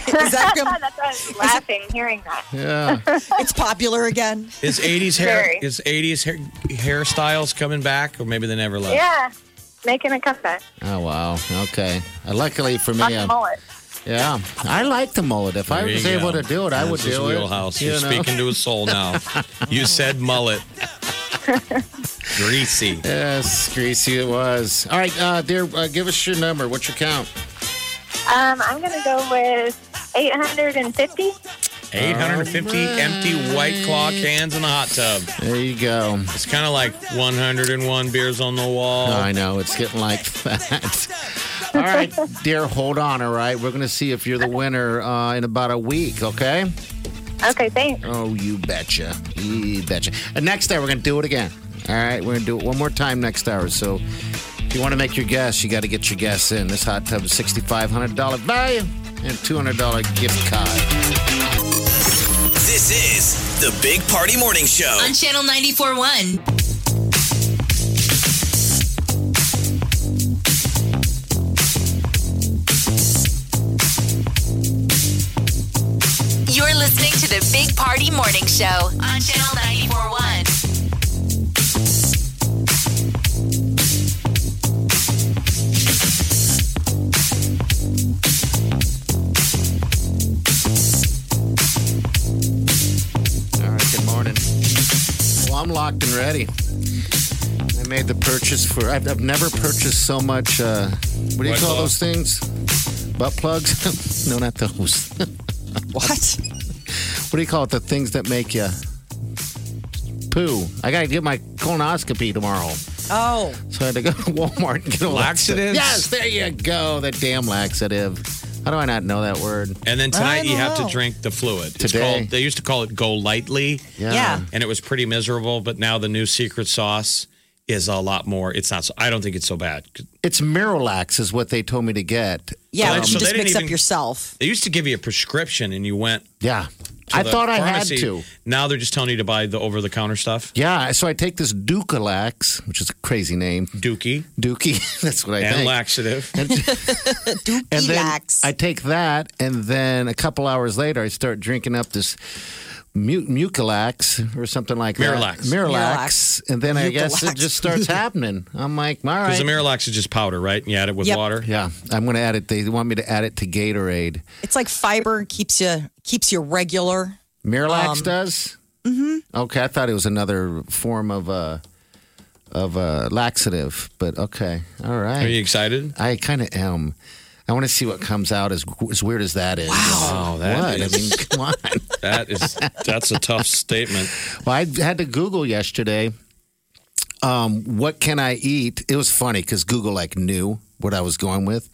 Speaker 3: that gonna-
Speaker 12: That's why I was laughing hearing that.
Speaker 4: Yeah.
Speaker 3: it's popular again.
Speaker 5: Is '80s hair
Speaker 12: Very.
Speaker 5: is '80s hair, hairstyles coming back, or maybe they never left?
Speaker 12: Yeah, making a comeback.
Speaker 4: Oh wow. Okay. Uh, luckily for me,
Speaker 12: on the
Speaker 4: I'm-
Speaker 12: mullet.
Speaker 4: yeah, I like the mullet. If I
Speaker 5: There
Speaker 4: was
Speaker 5: you
Speaker 4: able
Speaker 5: go.
Speaker 4: to do it, I
Speaker 5: That's
Speaker 4: would
Speaker 5: his
Speaker 4: do
Speaker 5: wheelhouse.
Speaker 4: it.
Speaker 5: You're
Speaker 4: you know?
Speaker 5: speaking to his soul now. you said mullet. Greasy.
Speaker 4: Yes, greasy it was. All right, uh, dear, uh, give us your number. What's your count?
Speaker 12: Um, I'm gonna go with 850.
Speaker 5: 850 empty white claw cans in a hot tub.
Speaker 4: There you go.
Speaker 5: It's kind of like 101 beers on the wall.
Speaker 4: I know it's getting like that. all right, dear, hold on. All right, we're gonna see if you're the winner uh, in about a week. Okay.
Speaker 12: Okay, thanks.
Speaker 4: Oh, you betcha. You betcha. And next hour, we're going to do it again. All right, we're going to do it one more time next hour. So if you want to make your guess, you got to get your guess in. This hot tub is $6,500 value and $200 gift card.
Speaker 1: This is the Big Party Morning Show.
Speaker 2: On Channel 94.1. You're listening to the Big Party Morning Show on Channel 94.1.
Speaker 4: All right, good morning. Well, I'm locked and ready. I made the purchase for, I've, I've never purchased so much, uh, what do you
Speaker 5: White
Speaker 4: call
Speaker 5: claw.
Speaker 4: those things? Butt plugs? no, not those.
Speaker 3: what?
Speaker 4: What do you call it? The things that make you poo. I got to get my colonoscopy tomorrow.
Speaker 3: Oh.
Speaker 4: So I had to go to Walmart and get a laxative.
Speaker 5: Laxatives?
Speaker 4: Yes, there you go. That damn laxative. How do I not know that word?
Speaker 5: And then tonight you have
Speaker 4: know.
Speaker 5: to drink the fluid. It's
Speaker 4: Today.
Speaker 5: called they used to call it go lightly.
Speaker 4: Yeah. Yeah.
Speaker 5: And it was pretty miserable, but now the new secret sauce is a lot more. It's not so I don't think it's so bad.
Speaker 4: It's Miralax is what they told me to get.
Speaker 3: Yeah,
Speaker 5: So
Speaker 3: you
Speaker 5: they- so
Speaker 3: just
Speaker 5: they didn't
Speaker 3: mix up
Speaker 5: even-
Speaker 3: yourself.
Speaker 5: They used to give you a prescription and you went
Speaker 4: Yeah.
Speaker 5: to
Speaker 4: I
Speaker 5: the
Speaker 4: thought I had
Speaker 5: pharmacy.
Speaker 4: to.
Speaker 5: Now they're just telling you to buy the over the counter stuff.
Speaker 4: Yeah, so I take this Dukalax, which is a crazy name.
Speaker 5: Dookie.
Speaker 4: Dookie. That's what I
Speaker 5: and
Speaker 4: think.
Speaker 5: laxative.
Speaker 4: and then I take that, and then a couple hours later, I start drinking up this mu- mucilax or something like that.
Speaker 5: Miralax.
Speaker 4: Miralax. And then I guess it
Speaker 5: Mucilax.
Speaker 4: just starts happening. I'm like, all right.
Speaker 5: Because the Miralax is just powder, right? And you add it with
Speaker 3: Yep.
Speaker 5: water.
Speaker 4: Yeah, I'm going to add it. They want me to add it to Gatorade.
Speaker 3: It's like fiber keeps you keeps you regular.
Speaker 4: Miralax
Speaker 3: Um,
Speaker 4: does.
Speaker 3: Mm-hmm.
Speaker 4: Okay, I thought it was another form of uh, of uh, laxative, but okay, all right.
Speaker 5: Are you excited?
Speaker 4: I kind of am. I want to see what comes out as as weird as that is. Wow,
Speaker 5: that
Speaker 4: what? I mean,
Speaker 5: is-
Speaker 4: come on.
Speaker 5: That is that's a tough statement.
Speaker 4: Well, I had to Google yesterday. Um, what can I eat? It was funny because Google like knew what I was going with.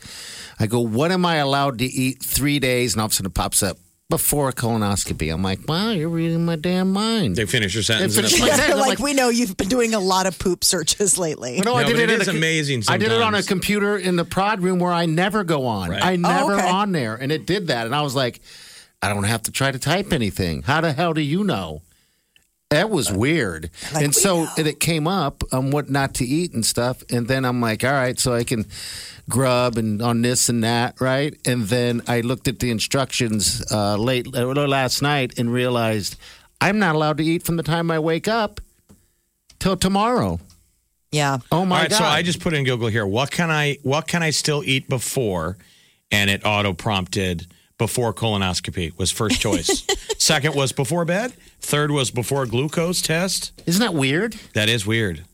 Speaker 4: I go, what am I allowed to eat three days? And all of a sudden it pops up before a colonoscopy. I'm like, wow, you're reading my damn mind.
Speaker 5: They finish your sentence. and
Speaker 4: finish
Speaker 5: it's
Speaker 4: my
Speaker 5: like-
Speaker 4: sentence.
Speaker 3: They're
Speaker 4: I'm
Speaker 3: like, we know you've been doing a lot of poop searches lately.
Speaker 4: No, I
Speaker 5: No,
Speaker 4: did
Speaker 5: but
Speaker 4: it.
Speaker 5: it
Speaker 4: in
Speaker 5: is
Speaker 4: a com-
Speaker 5: amazing
Speaker 4: I did it on a
Speaker 5: sometimes.
Speaker 4: computer in the prod room where I never go on.
Speaker 5: Right.
Speaker 4: I
Speaker 5: Oh,
Speaker 4: never
Speaker 5: okay.
Speaker 4: on there, and it did that. And I was like, I don't have to try to type anything. How the hell do you know? That was weird. and so and it came up on what not to eat and stuff. And then I'm like, all right, so I can grub and on this and that, right? And then I looked at the instructions uh, late uh, last night and realized I'm not allowed to eat from the time I wake up till tomorrow.
Speaker 3: Yeah.
Speaker 4: Oh my
Speaker 5: All right,
Speaker 4: god.
Speaker 5: so I just put in Google here. What can I what can I still eat before? And it auto prompted before colonoscopy was first choice. Second was before bed. Third was before glucose test.
Speaker 4: Isn't that weird?
Speaker 5: That is weird.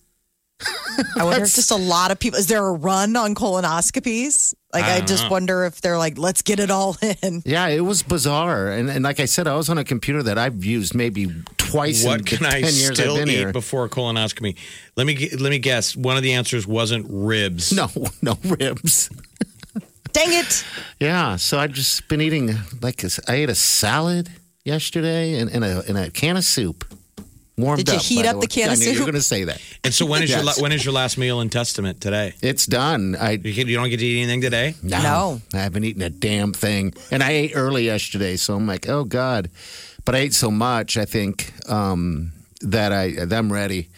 Speaker 3: I wonder if just a lot of people. Is there a run on colonoscopies? Like,
Speaker 4: I
Speaker 3: I,
Speaker 4: don't
Speaker 3: just
Speaker 4: know.
Speaker 3: wonder if they're like, let's get it all in.
Speaker 4: Yeah, it was bizarre, and, and like I said, I was on a computer that I've used maybe twice.
Speaker 5: What
Speaker 4: in
Speaker 5: can
Speaker 4: the
Speaker 5: I
Speaker 4: 10 years
Speaker 5: still
Speaker 4: I've been
Speaker 5: eat
Speaker 4: here.
Speaker 5: before colonoscopy? Let me gu- let me guess. One of the answers wasn't ribs.
Speaker 4: No, no ribs.
Speaker 3: Dang it!
Speaker 4: Yeah, so I've just been eating like this- I ate a salad yesterday and, and a and a can of soup. Warmed
Speaker 3: Did you
Speaker 4: up,
Speaker 3: heat
Speaker 4: by
Speaker 3: up
Speaker 4: the,
Speaker 3: the
Speaker 4: way.
Speaker 3: can
Speaker 4: I
Speaker 3: of
Speaker 4: knew You
Speaker 3: soup?
Speaker 4: were going to say that.
Speaker 5: And so when is your
Speaker 4: Yes.
Speaker 5: la- when is your last meal in Testament today?
Speaker 4: It's done. I
Speaker 5: you, can, you don't get to eat anything today.
Speaker 4: No, I haven't eaten a damn thing, and I ate early yesterday, so I'm like, oh god. But I ate so much, I think um, that I that I'm ready.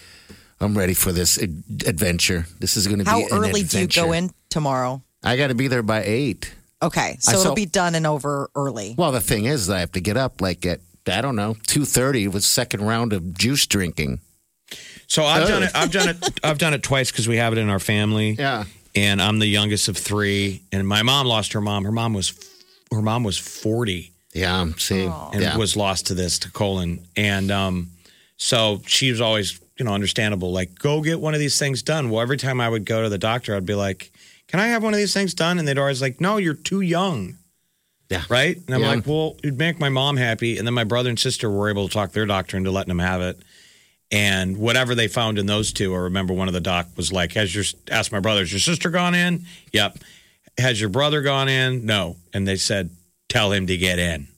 Speaker 4: I'm ready for this ad- adventure. This is going to be
Speaker 3: How
Speaker 4: an
Speaker 3: early do you go
Speaker 4: adventure.
Speaker 3: in tomorrow?
Speaker 4: I got to be there by eight.
Speaker 3: Okay, so
Speaker 4: I
Speaker 3: it'll
Speaker 4: saw-
Speaker 3: be done and over early.
Speaker 4: Well, the thing is, I have to get up like at I don't know two thirty with second round of juice drinking.
Speaker 5: So I've
Speaker 4: Oh.
Speaker 5: done it. I've done it. I've done it twice because we have it in our family.
Speaker 4: Yeah.
Speaker 5: And I'm the youngest of three. And my mom lost her mom. Her mom was, her mom was forty.
Speaker 4: Yeah, I'm seeing.
Speaker 5: And
Speaker 4: Yeah.
Speaker 5: was lost to this to colon. And um, so she was always, you know, understandable. Like, go get one of these things done. Well, every time I would go to the doctor, I'd be like, "Can I have one of these things done?" And they'd always like, "No, you're too young."
Speaker 4: Yeah.
Speaker 5: Right. And I'm
Speaker 4: Yeah.
Speaker 5: like, well, it'd make my mom happy. And then my brother and sister were able to talk their doctor into letting them have it. And whatever they found in those two, I remember one of the doc was like, "Has your asked my brother, has your sister gone in? Yep. Has your brother gone in? No." And they said, "Tell him to get in."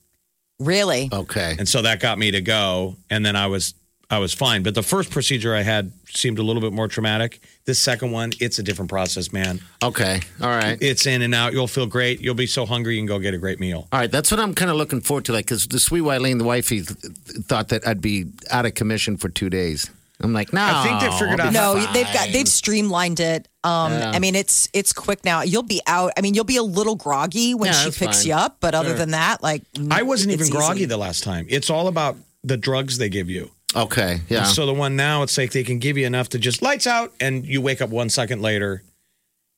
Speaker 3: Really?
Speaker 4: Okay.
Speaker 5: And so that got me to go, and then I was I was fine. But the first procedure I had seemed a little bit more traumatic. This second one, it's a different process, man.
Speaker 4: Okay. All right.
Speaker 5: It's in and out. You'll feel great. You'll be so hungry you can go get a great meal.
Speaker 4: All right, that's what I'm kind of looking forward to. Like, because the sweet Wileen, the wifey, th- th- thought that I'd be out of commission for two days. I'm like, no.
Speaker 5: I think they figured
Speaker 4: I'll be
Speaker 3: No,
Speaker 4: fine.
Speaker 3: they've got they've streamlined it. Um,
Speaker 4: Yeah.
Speaker 3: I mean, it's it's quick now. You'll be out. I mean, you'll be a little groggy when
Speaker 5: Yeah,
Speaker 3: she
Speaker 5: that's
Speaker 3: picks
Speaker 5: fine.
Speaker 3: you up, but other
Speaker 5: Sure.
Speaker 3: than that, like
Speaker 5: I wasn't
Speaker 3: it's
Speaker 5: even groggy
Speaker 3: easy.
Speaker 5: the last time. It's all about the drugs they give you.
Speaker 4: Okay. Yeah.
Speaker 5: And so the one now, it's like they can give you enough to just lights out, and you wake up one second later,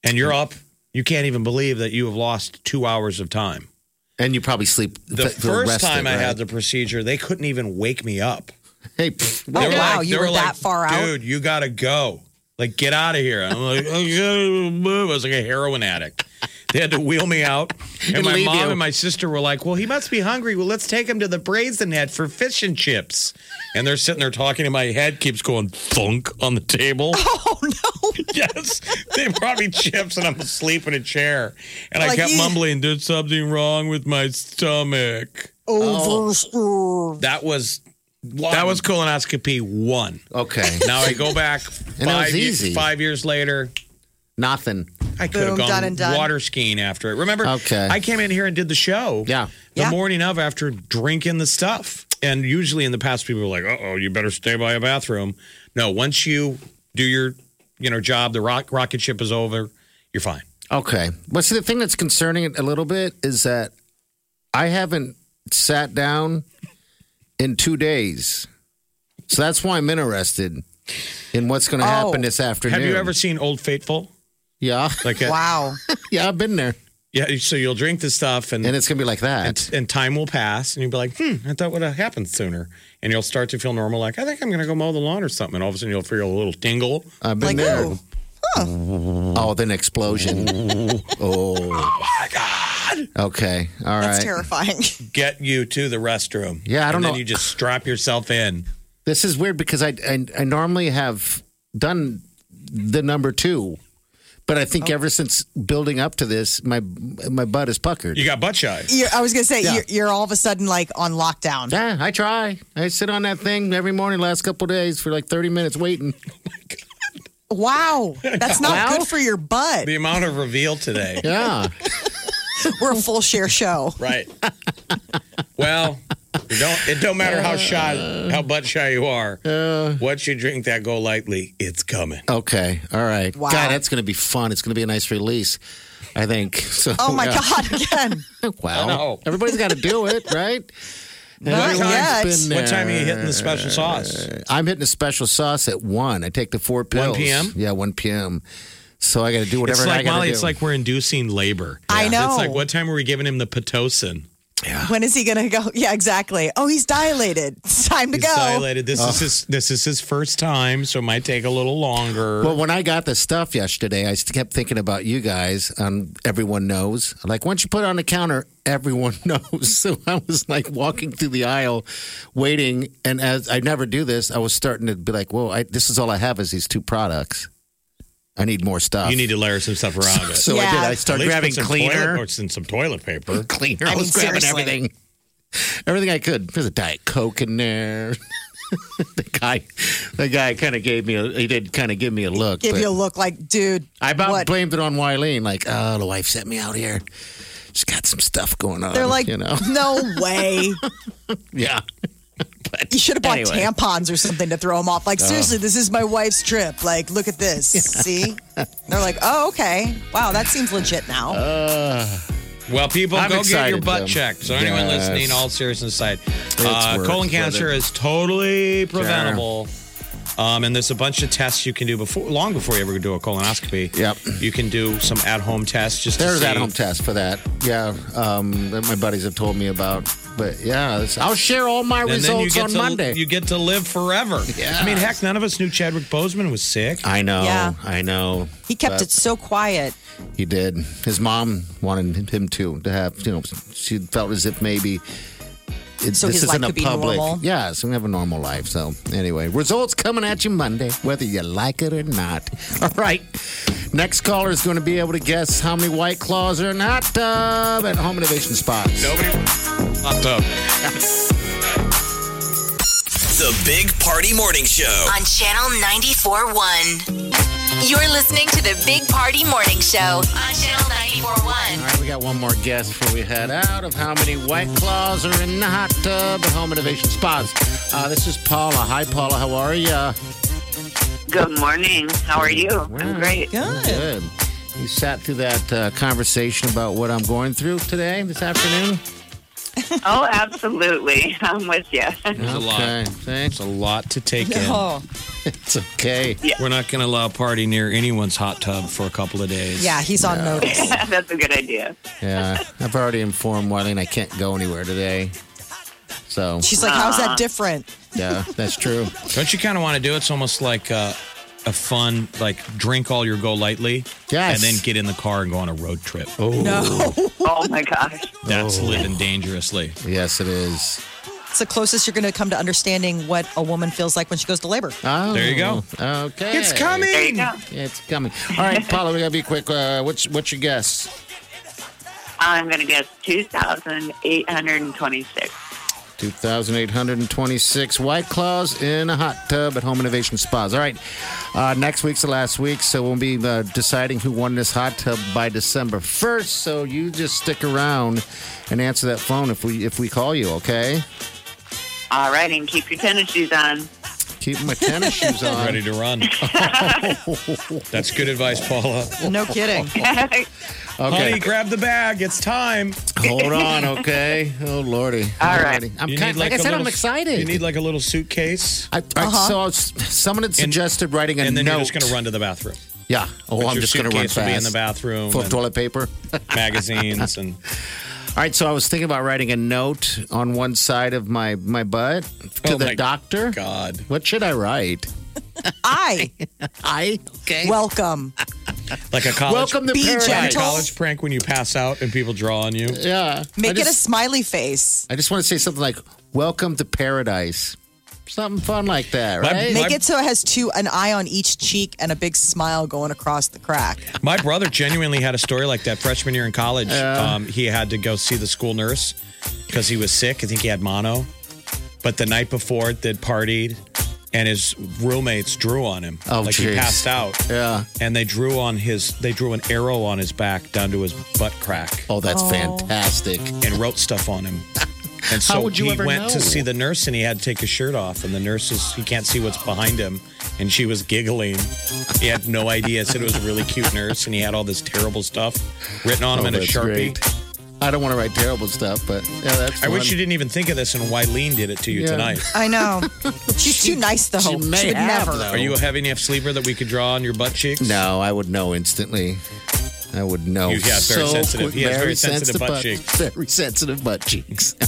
Speaker 5: and you're up. You can't even believe that you have lost two hours of time.
Speaker 4: and you probably sleep
Speaker 5: The first time I had the procedure, they couldn't even wake me up.
Speaker 4: Hey, pff,
Speaker 5: They
Speaker 3: Oh, wow,
Speaker 5: like-
Speaker 3: you
Speaker 5: they
Speaker 3: were that far out?
Speaker 5: dude. You gotta go. Like, get out of here. I'm like, I gotta move. I was like a heroin addict. They had to wheel me out, and
Speaker 4: And
Speaker 5: my
Speaker 4: leave
Speaker 5: mom
Speaker 4: you.
Speaker 5: and my sister were like, "Well, he must be hungry. Well, let's take him to the Brazen Head for fish and chips." And they're sitting there talking, and my head keeps going thunk on the table.
Speaker 3: Oh no!
Speaker 5: yes, they brought me chips, and I'm asleep in a chair, and I
Speaker 11: Like,
Speaker 5: kept
Speaker 11: you-
Speaker 5: mumbling, "There's something wrong with my stomach." Oh.
Speaker 3: Over.
Speaker 5: That was that was colonoscopy one.
Speaker 4: Okay.
Speaker 5: Now I go back
Speaker 4: And it was
Speaker 5: five, ye-
Speaker 4: easy.
Speaker 5: five years later.
Speaker 4: Nothing.
Speaker 5: I could have
Speaker 4: Boom,
Speaker 5: gone
Speaker 4: done and done.
Speaker 5: water skiing after it. Remember,
Speaker 4: Okay.
Speaker 5: I came in here and did the show.
Speaker 4: Yeah.
Speaker 5: The morning of after drinking the stuff. And usually in the past, people were like, uh oh, you better stay by a bathroom. No, once you do your you know job, the rock, rocket ship is over, you're fine.
Speaker 4: Okay. Well, see, the thing that's concerning it a little bit is that I haven't sat down in two days. So that's why I'm interested in what's going to happen this afternoon.
Speaker 5: Oh. Have you ever seen Old Faithful?
Speaker 4: Yeah.
Speaker 5: Like a-
Speaker 3: Wow.
Speaker 4: yeah, I've been there.
Speaker 5: Yeah, so you'll drink the stuff, and
Speaker 4: And it's going to be like that.
Speaker 5: and, and time will pass, and you'll be like, "Hmm, I thought would have happened sooner." And you'll start to feel normal, like I think I'm going to go mow the lawn or something. And all of a sudden, you'll feel a little tingle.
Speaker 4: I've been there. Oh, then explosion. oh.
Speaker 5: my God.
Speaker 4: Okay. All right.
Speaker 3: terrifying.
Speaker 5: Get you to the restroom.
Speaker 4: Yeah, I don't
Speaker 5: and
Speaker 4: know.
Speaker 5: Then you just strap yourself in.
Speaker 4: This is weird because I, I I normally have done the number two, but I think ever since building up to this, my my butt is puckered.
Speaker 5: You got butt shy.
Speaker 3: You're, I was gonna say
Speaker 4: Yeah.
Speaker 3: you're, you're all of a sudden like on lockdown.
Speaker 4: Yeah, I try. I sit on that thing every morning last couple days for like thirty minutes waiting.
Speaker 3: Wow, that's not
Speaker 4: Wow.
Speaker 3: good for your butt.
Speaker 5: The amount of reveal today.
Speaker 4: Yeah.
Speaker 3: We're a full share show.
Speaker 5: Right. Well, it don't it don't matter how shy how butt shy you are.
Speaker 4: Uh.
Speaker 5: Once you drink that go lightly, it's coming.
Speaker 4: Okay. All right.
Speaker 5: Wow.
Speaker 4: God, that's going to be fun. It's going to be a nice release, I think. So.
Speaker 3: Oh my
Speaker 4: yeah.
Speaker 3: God! Again,
Speaker 4: Wow.
Speaker 5: I know.
Speaker 4: Everybody's got to do it, right?
Speaker 3: Not
Speaker 4: Everyone's
Speaker 3: yet.
Speaker 4: been
Speaker 5: What time are you
Speaker 4: there.
Speaker 5: hitting the special sauce?
Speaker 4: I'm hitting a special sauce at one. I take the four pills.
Speaker 5: 1 p.m.?
Speaker 4: Yeah, one p.m. So I got to do whatever
Speaker 5: It's
Speaker 4: I
Speaker 5: like
Speaker 4: gotta
Speaker 5: Molly,
Speaker 4: do.
Speaker 5: it's like we're inducing labor.
Speaker 3: I know.
Speaker 5: It's like what time are we giving him the Pitocin?
Speaker 3: when is he gonna go? Yeah, exactly. Oh, he's dilated. It's time to
Speaker 5: He's
Speaker 3: go.
Speaker 5: dilated. This
Speaker 4: Oh.
Speaker 5: is his this is his first time, so it might take a little longer.
Speaker 4: Well, when I got the stuff yesterday, I st- kept thinking about you guys. Um, everyone knows. Like once you put it on the counter, everyone knows. So I was like walking through the aisle, waiting, and as I never do this, I was starting to be like, "Whoa, I, this is all I have is these two products. I need more stuff."
Speaker 5: you need to layer some stuff around it.
Speaker 4: So I did. I
Speaker 5: At
Speaker 4: started
Speaker 5: least
Speaker 4: grabbing
Speaker 5: put some
Speaker 4: cleaner,
Speaker 5: toilet, or some some toilet paper.
Speaker 4: cleaner.
Speaker 5: I
Speaker 4: I,
Speaker 5: mean,
Speaker 4: was grabbing
Speaker 5: seriously.
Speaker 4: everything, everything I could. There's a diet coke in there. the guy, the guy kind of gave me. A, he did kind of give me a look.
Speaker 3: Give
Speaker 4: but-
Speaker 3: you a look like, dude.
Speaker 4: I about
Speaker 3: what?
Speaker 4: blamed it on Wileen. Like, oh, the wife sent me out here. She's got some stuff going on.
Speaker 3: They're like,
Speaker 4: you know,
Speaker 3: no way.
Speaker 4: yeah.
Speaker 3: You should have bought
Speaker 4: Anyway.
Speaker 3: tampons or something to throw them off. Like,
Speaker 4: Oh.
Speaker 3: seriously, this is my wife's trip. Like, look at this. See? They're like, oh, okay. Wow, that seems legit now.
Speaker 4: Oh,
Speaker 5: Well, people,
Speaker 3: I'm
Speaker 5: go get your
Speaker 3: excited,
Speaker 5: butt
Speaker 3: Jim.
Speaker 5: checked. So, anyone
Speaker 4: Yes.
Speaker 5: listening, all seriousness aside,
Speaker 4: It's
Speaker 5: uh,
Speaker 4: worth
Speaker 5: colon
Speaker 4: it.
Speaker 5: cancer is totally preventable. Um, and there's a bunch of tests you can do before, long before you ever do a colonoscopy. Yep. You can do some at-home tests just
Speaker 4: There's
Speaker 5: to see.
Speaker 4: that home test for that. Yeah, um, that my buddies have told me about. But yeah, it's- I'll share all my
Speaker 5: And then you
Speaker 4: results
Speaker 5: get
Speaker 4: on
Speaker 5: to-
Speaker 4: Monday.
Speaker 5: You get to live forever.
Speaker 4: Yes.
Speaker 5: I mean, heck, none of us knew Chadwick Boseman was sick.
Speaker 4: I know.
Speaker 3: Yeah.
Speaker 4: I know.
Speaker 3: He kept
Speaker 4: But
Speaker 3: it so quiet.
Speaker 4: He did. His mom wanted him to to have. You know, she felt as if maybe. It,
Speaker 3: So
Speaker 4: this
Speaker 3: his life
Speaker 4: isn't a
Speaker 3: could be
Speaker 4: public.
Speaker 3: normal?
Speaker 4: Yeah, so we have a normal life. So anyway, results coming at you Monday, whether you like it or not. All right. Next caller is going to be able to guess how many White Claws are in hot tub at Home Innovation Spots.
Speaker 5: Nobody. Hot tub.
Speaker 1: The Big Party Morning Show.
Speaker 2: on Channel 94.1. You're listening to the Big Party Morning Show on Channel 94.1.
Speaker 4: All right, we got one more guess before we head out of how many White Claws are in the hot tub at Home Innovation Spots. Uh, this is Paula. Hi, Paula. How are you?
Speaker 13: Good morning. How are you? I'm great.
Speaker 4: Good. You sat through that uh, conversation about what I'm going through today, this afternoon.
Speaker 13: oh, absolutely. I'm with you.
Speaker 5: There's a lot. It's a lot to take
Speaker 3: No.
Speaker 5: in.
Speaker 4: it's okay.
Speaker 5: We're not going to allow a party near anyone's hot tub for a couple of days.
Speaker 3: Yeah, he's on notice.
Speaker 13: That's a good idea.
Speaker 4: Yeah, I've already informed Wileen I can't go anywhere today. So
Speaker 3: She's like, how's that different?
Speaker 4: Yeah, that's true.
Speaker 5: Don't you kind of want to do it? It's almost like uh, a fun, like drink all your go lightly.
Speaker 4: Yes.
Speaker 5: And then get in the car and go on a road trip.
Speaker 4: Oh. No.
Speaker 13: Oh, my gosh.
Speaker 5: That's living dangerously.
Speaker 4: Yes, it is.
Speaker 3: It's the closest you're going to come to understanding what a woman feels like when she goes to labor.
Speaker 4: Oh,
Speaker 5: There you go.
Speaker 4: Okay,
Speaker 3: It's coming. There you go.
Speaker 4: It's coming. All right, Paula, we gotta be quick. Uh, what's what's your guess?
Speaker 13: I'm going to guess 2,826.
Speaker 4: Two thousand eight hundred and twenty-six white claws in a hot tub at Home Innovation Spas. All right, uh, next week's the last week, so we'll be uh, deciding who won this hot tub by December first. So you just stick around and answer that phone if we if we call you. Okay.
Speaker 13: All right, and keep your tennis shoes on.
Speaker 4: Keep my tennis shoes on.
Speaker 5: Ready to run. That's good advice, Paula.
Speaker 3: No kidding.
Speaker 5: Honey, grab the bag. It's time.
Speaker 4: Hold on, okay? Oh lordy!
Speaker 5: All
Speaker 4: right. I'm kind like, I said, I'm excited.
Speaker 5: You need like a little suitcase.
Speaker 4: I, I saw s- someone had suggested writing a
Speaker 5: and then
Speaker 4: note.
Speaker 5: you're just going to run to the bathroom.
Speaker 4: Yeah. Oh,
Speaker 5: But
Speaker 4: I'm
Speaker 5: your
Speaker 4: just going to run
Speaker 5: suitcase will
Speaker 4: fast.
Speaker 5: be in the bathroom
Speaker 4: Full of
Speaker 5: and-
Speaker 4: toilet paper.
Speaker 5: Magazines and
Speaker 4: All right, so I was thinking about writing a note on one side of my my butt to
Speaker 5: Oh,
Speaker 4: the
Speaker 5: my
Speaker 4: doctor.
Speaker 5: God,
Speaker 4: what should I write?
Speaker 3: I.
Speaker 4: I. Okay.
Speaker 3: Welcome.
Speaker 5: Like a college,
Speaker 3: Welcome to Be paradise.
Speaker 5: Like a
Speaker 3: gentle.
Speaker 5: college prank when you pass out and people draw on you.
Speaker 4: Yeah.
Speaker 3: Make
Speaker 4: I
Speaker 3: it a
Speaker 4: just-
Speaker 3: smiley face.
Speaker 4: I just want to say something like, "Welcome to paradise." Something fun like that, right?
Speaker 3: Make it so it has two, an eye on each cheek and a big smile going across the crack.
Speaker 5: My brother genuinely had a story like that freshman year in college. um, he had to go see the school nurse because he was sick. I think he had mono. But the night before, they'd partied, and his roommates drew on him.
Speaker 4: Oh,
Speaker 5: like he
Speaker 4: geez.
Speaker 5: passed out.
Speaker 4: Yeah.
Speaker 5: And they drew on his. They drew an arrow on his back down to his butt crack.
Speaker 4: Oh, that's
Speaker 5: Oh.
Speaker 4: fantastic.
Speaker 5: And wrote stuff on him. And so
Speaker 4: How would you
Speaker 5: he
Speaker 4: ever
Speaker 5: went
Speaker 4: know?
Speaker 5: to see the nurse, and he had to take his shirt off. And the nurse is he can't see what's behind him, and she was giggling. He had no idea. Said it was a really cute nurse, and he had all this terrible stuff written on him
Speaker 4: Oh,
Speaker 5: in a
Speaker 4: that's
Speaker 5: sharpie.
Speaker 4: great. I don't want to write terrible stuff, but yeah, that's.
Speaker 5: I wish
Speaker 4: fun.
Speaker 5: you didn't even think of this, and Wileen did it to you
Speaker 4: Yeah.
Speaker 5: tonight.
Speaker 3: I know. She's too nice, though. She, would never.
Speaker 5: Are you a heavy enough sleeper that we could draw on your butt cheeks?
Speaker 4: No, I would know instantly. I would know.
Speaker 5: You have very
Speaker 4: so
Speaker 5: sensitive-
Speaker 4: quick-
Speaker 5: he has very sensitive butt cheeks.
Speaker 4: Very sensitive butt cheeks. All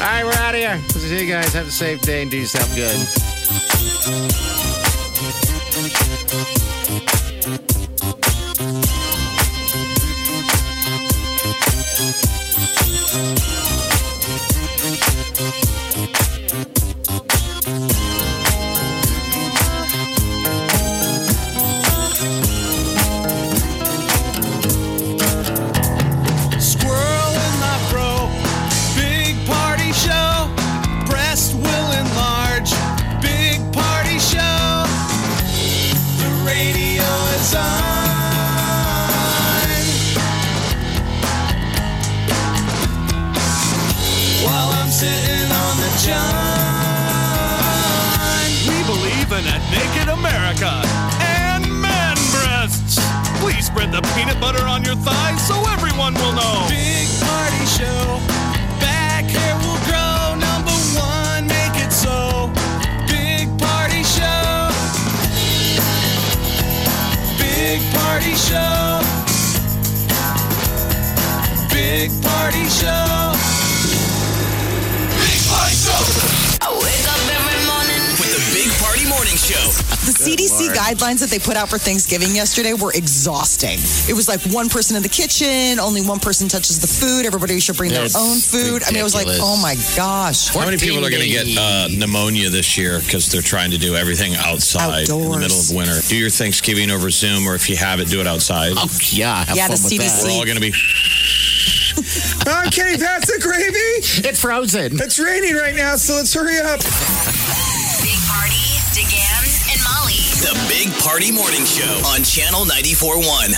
Speaker 4: right, we're out of here. We'll See you guys. Have a safe day and do yourself good.
Speaker 6: Squirrel in my fro. Big party show. Breast will enlarge. Big party show. The radio is on. While I'm sitting on the john.
Speaker 14: We believe in a naked America and man breasts. Please spread the peanut butter on your thighs so everyone will know.
Speaker 6: Big party show. Back hair will grow. Number one, make it so. Big party show. Big party show. Big party show. Big party show.
Speaker 2: I wake up every morning
Speaker 1: with the Big Party Morning Show.
Speaker 3: The CDC guidelines that they put out for Thanksgiving yesterday were exhausting. It was like one person in the kitchen, only one person touches the food, everybody should bring
Speaker 5: That's
Speaker 3: their own food. I mean, it was like,
Speaker 5: ridiculous.
Speaker 3: oh my gosh.
Speaker 5: How many people are going to get uh, pneumonia this year because they're trying to do everything outside in the
Speaker 3: Outdoors.
Speaker 5: middle of winter? Do your Thanksgiving over Zoom, or if you have it, do it outside.
Speaker 4: Oh, yeah.
Speaker 3: have Yeah, the fun with that. CDC.
Speaker 5: We're all going to be.
Speaker 14: Okay, that's the gravy.
Speaker 4: It's frozen.
Speaker 14: It's raining right now, so let's hurry up.
Speaker 2: Big Party, DeGan, and Molly.
Speaker 1: The Big Party Morning Show on Channel 94.1.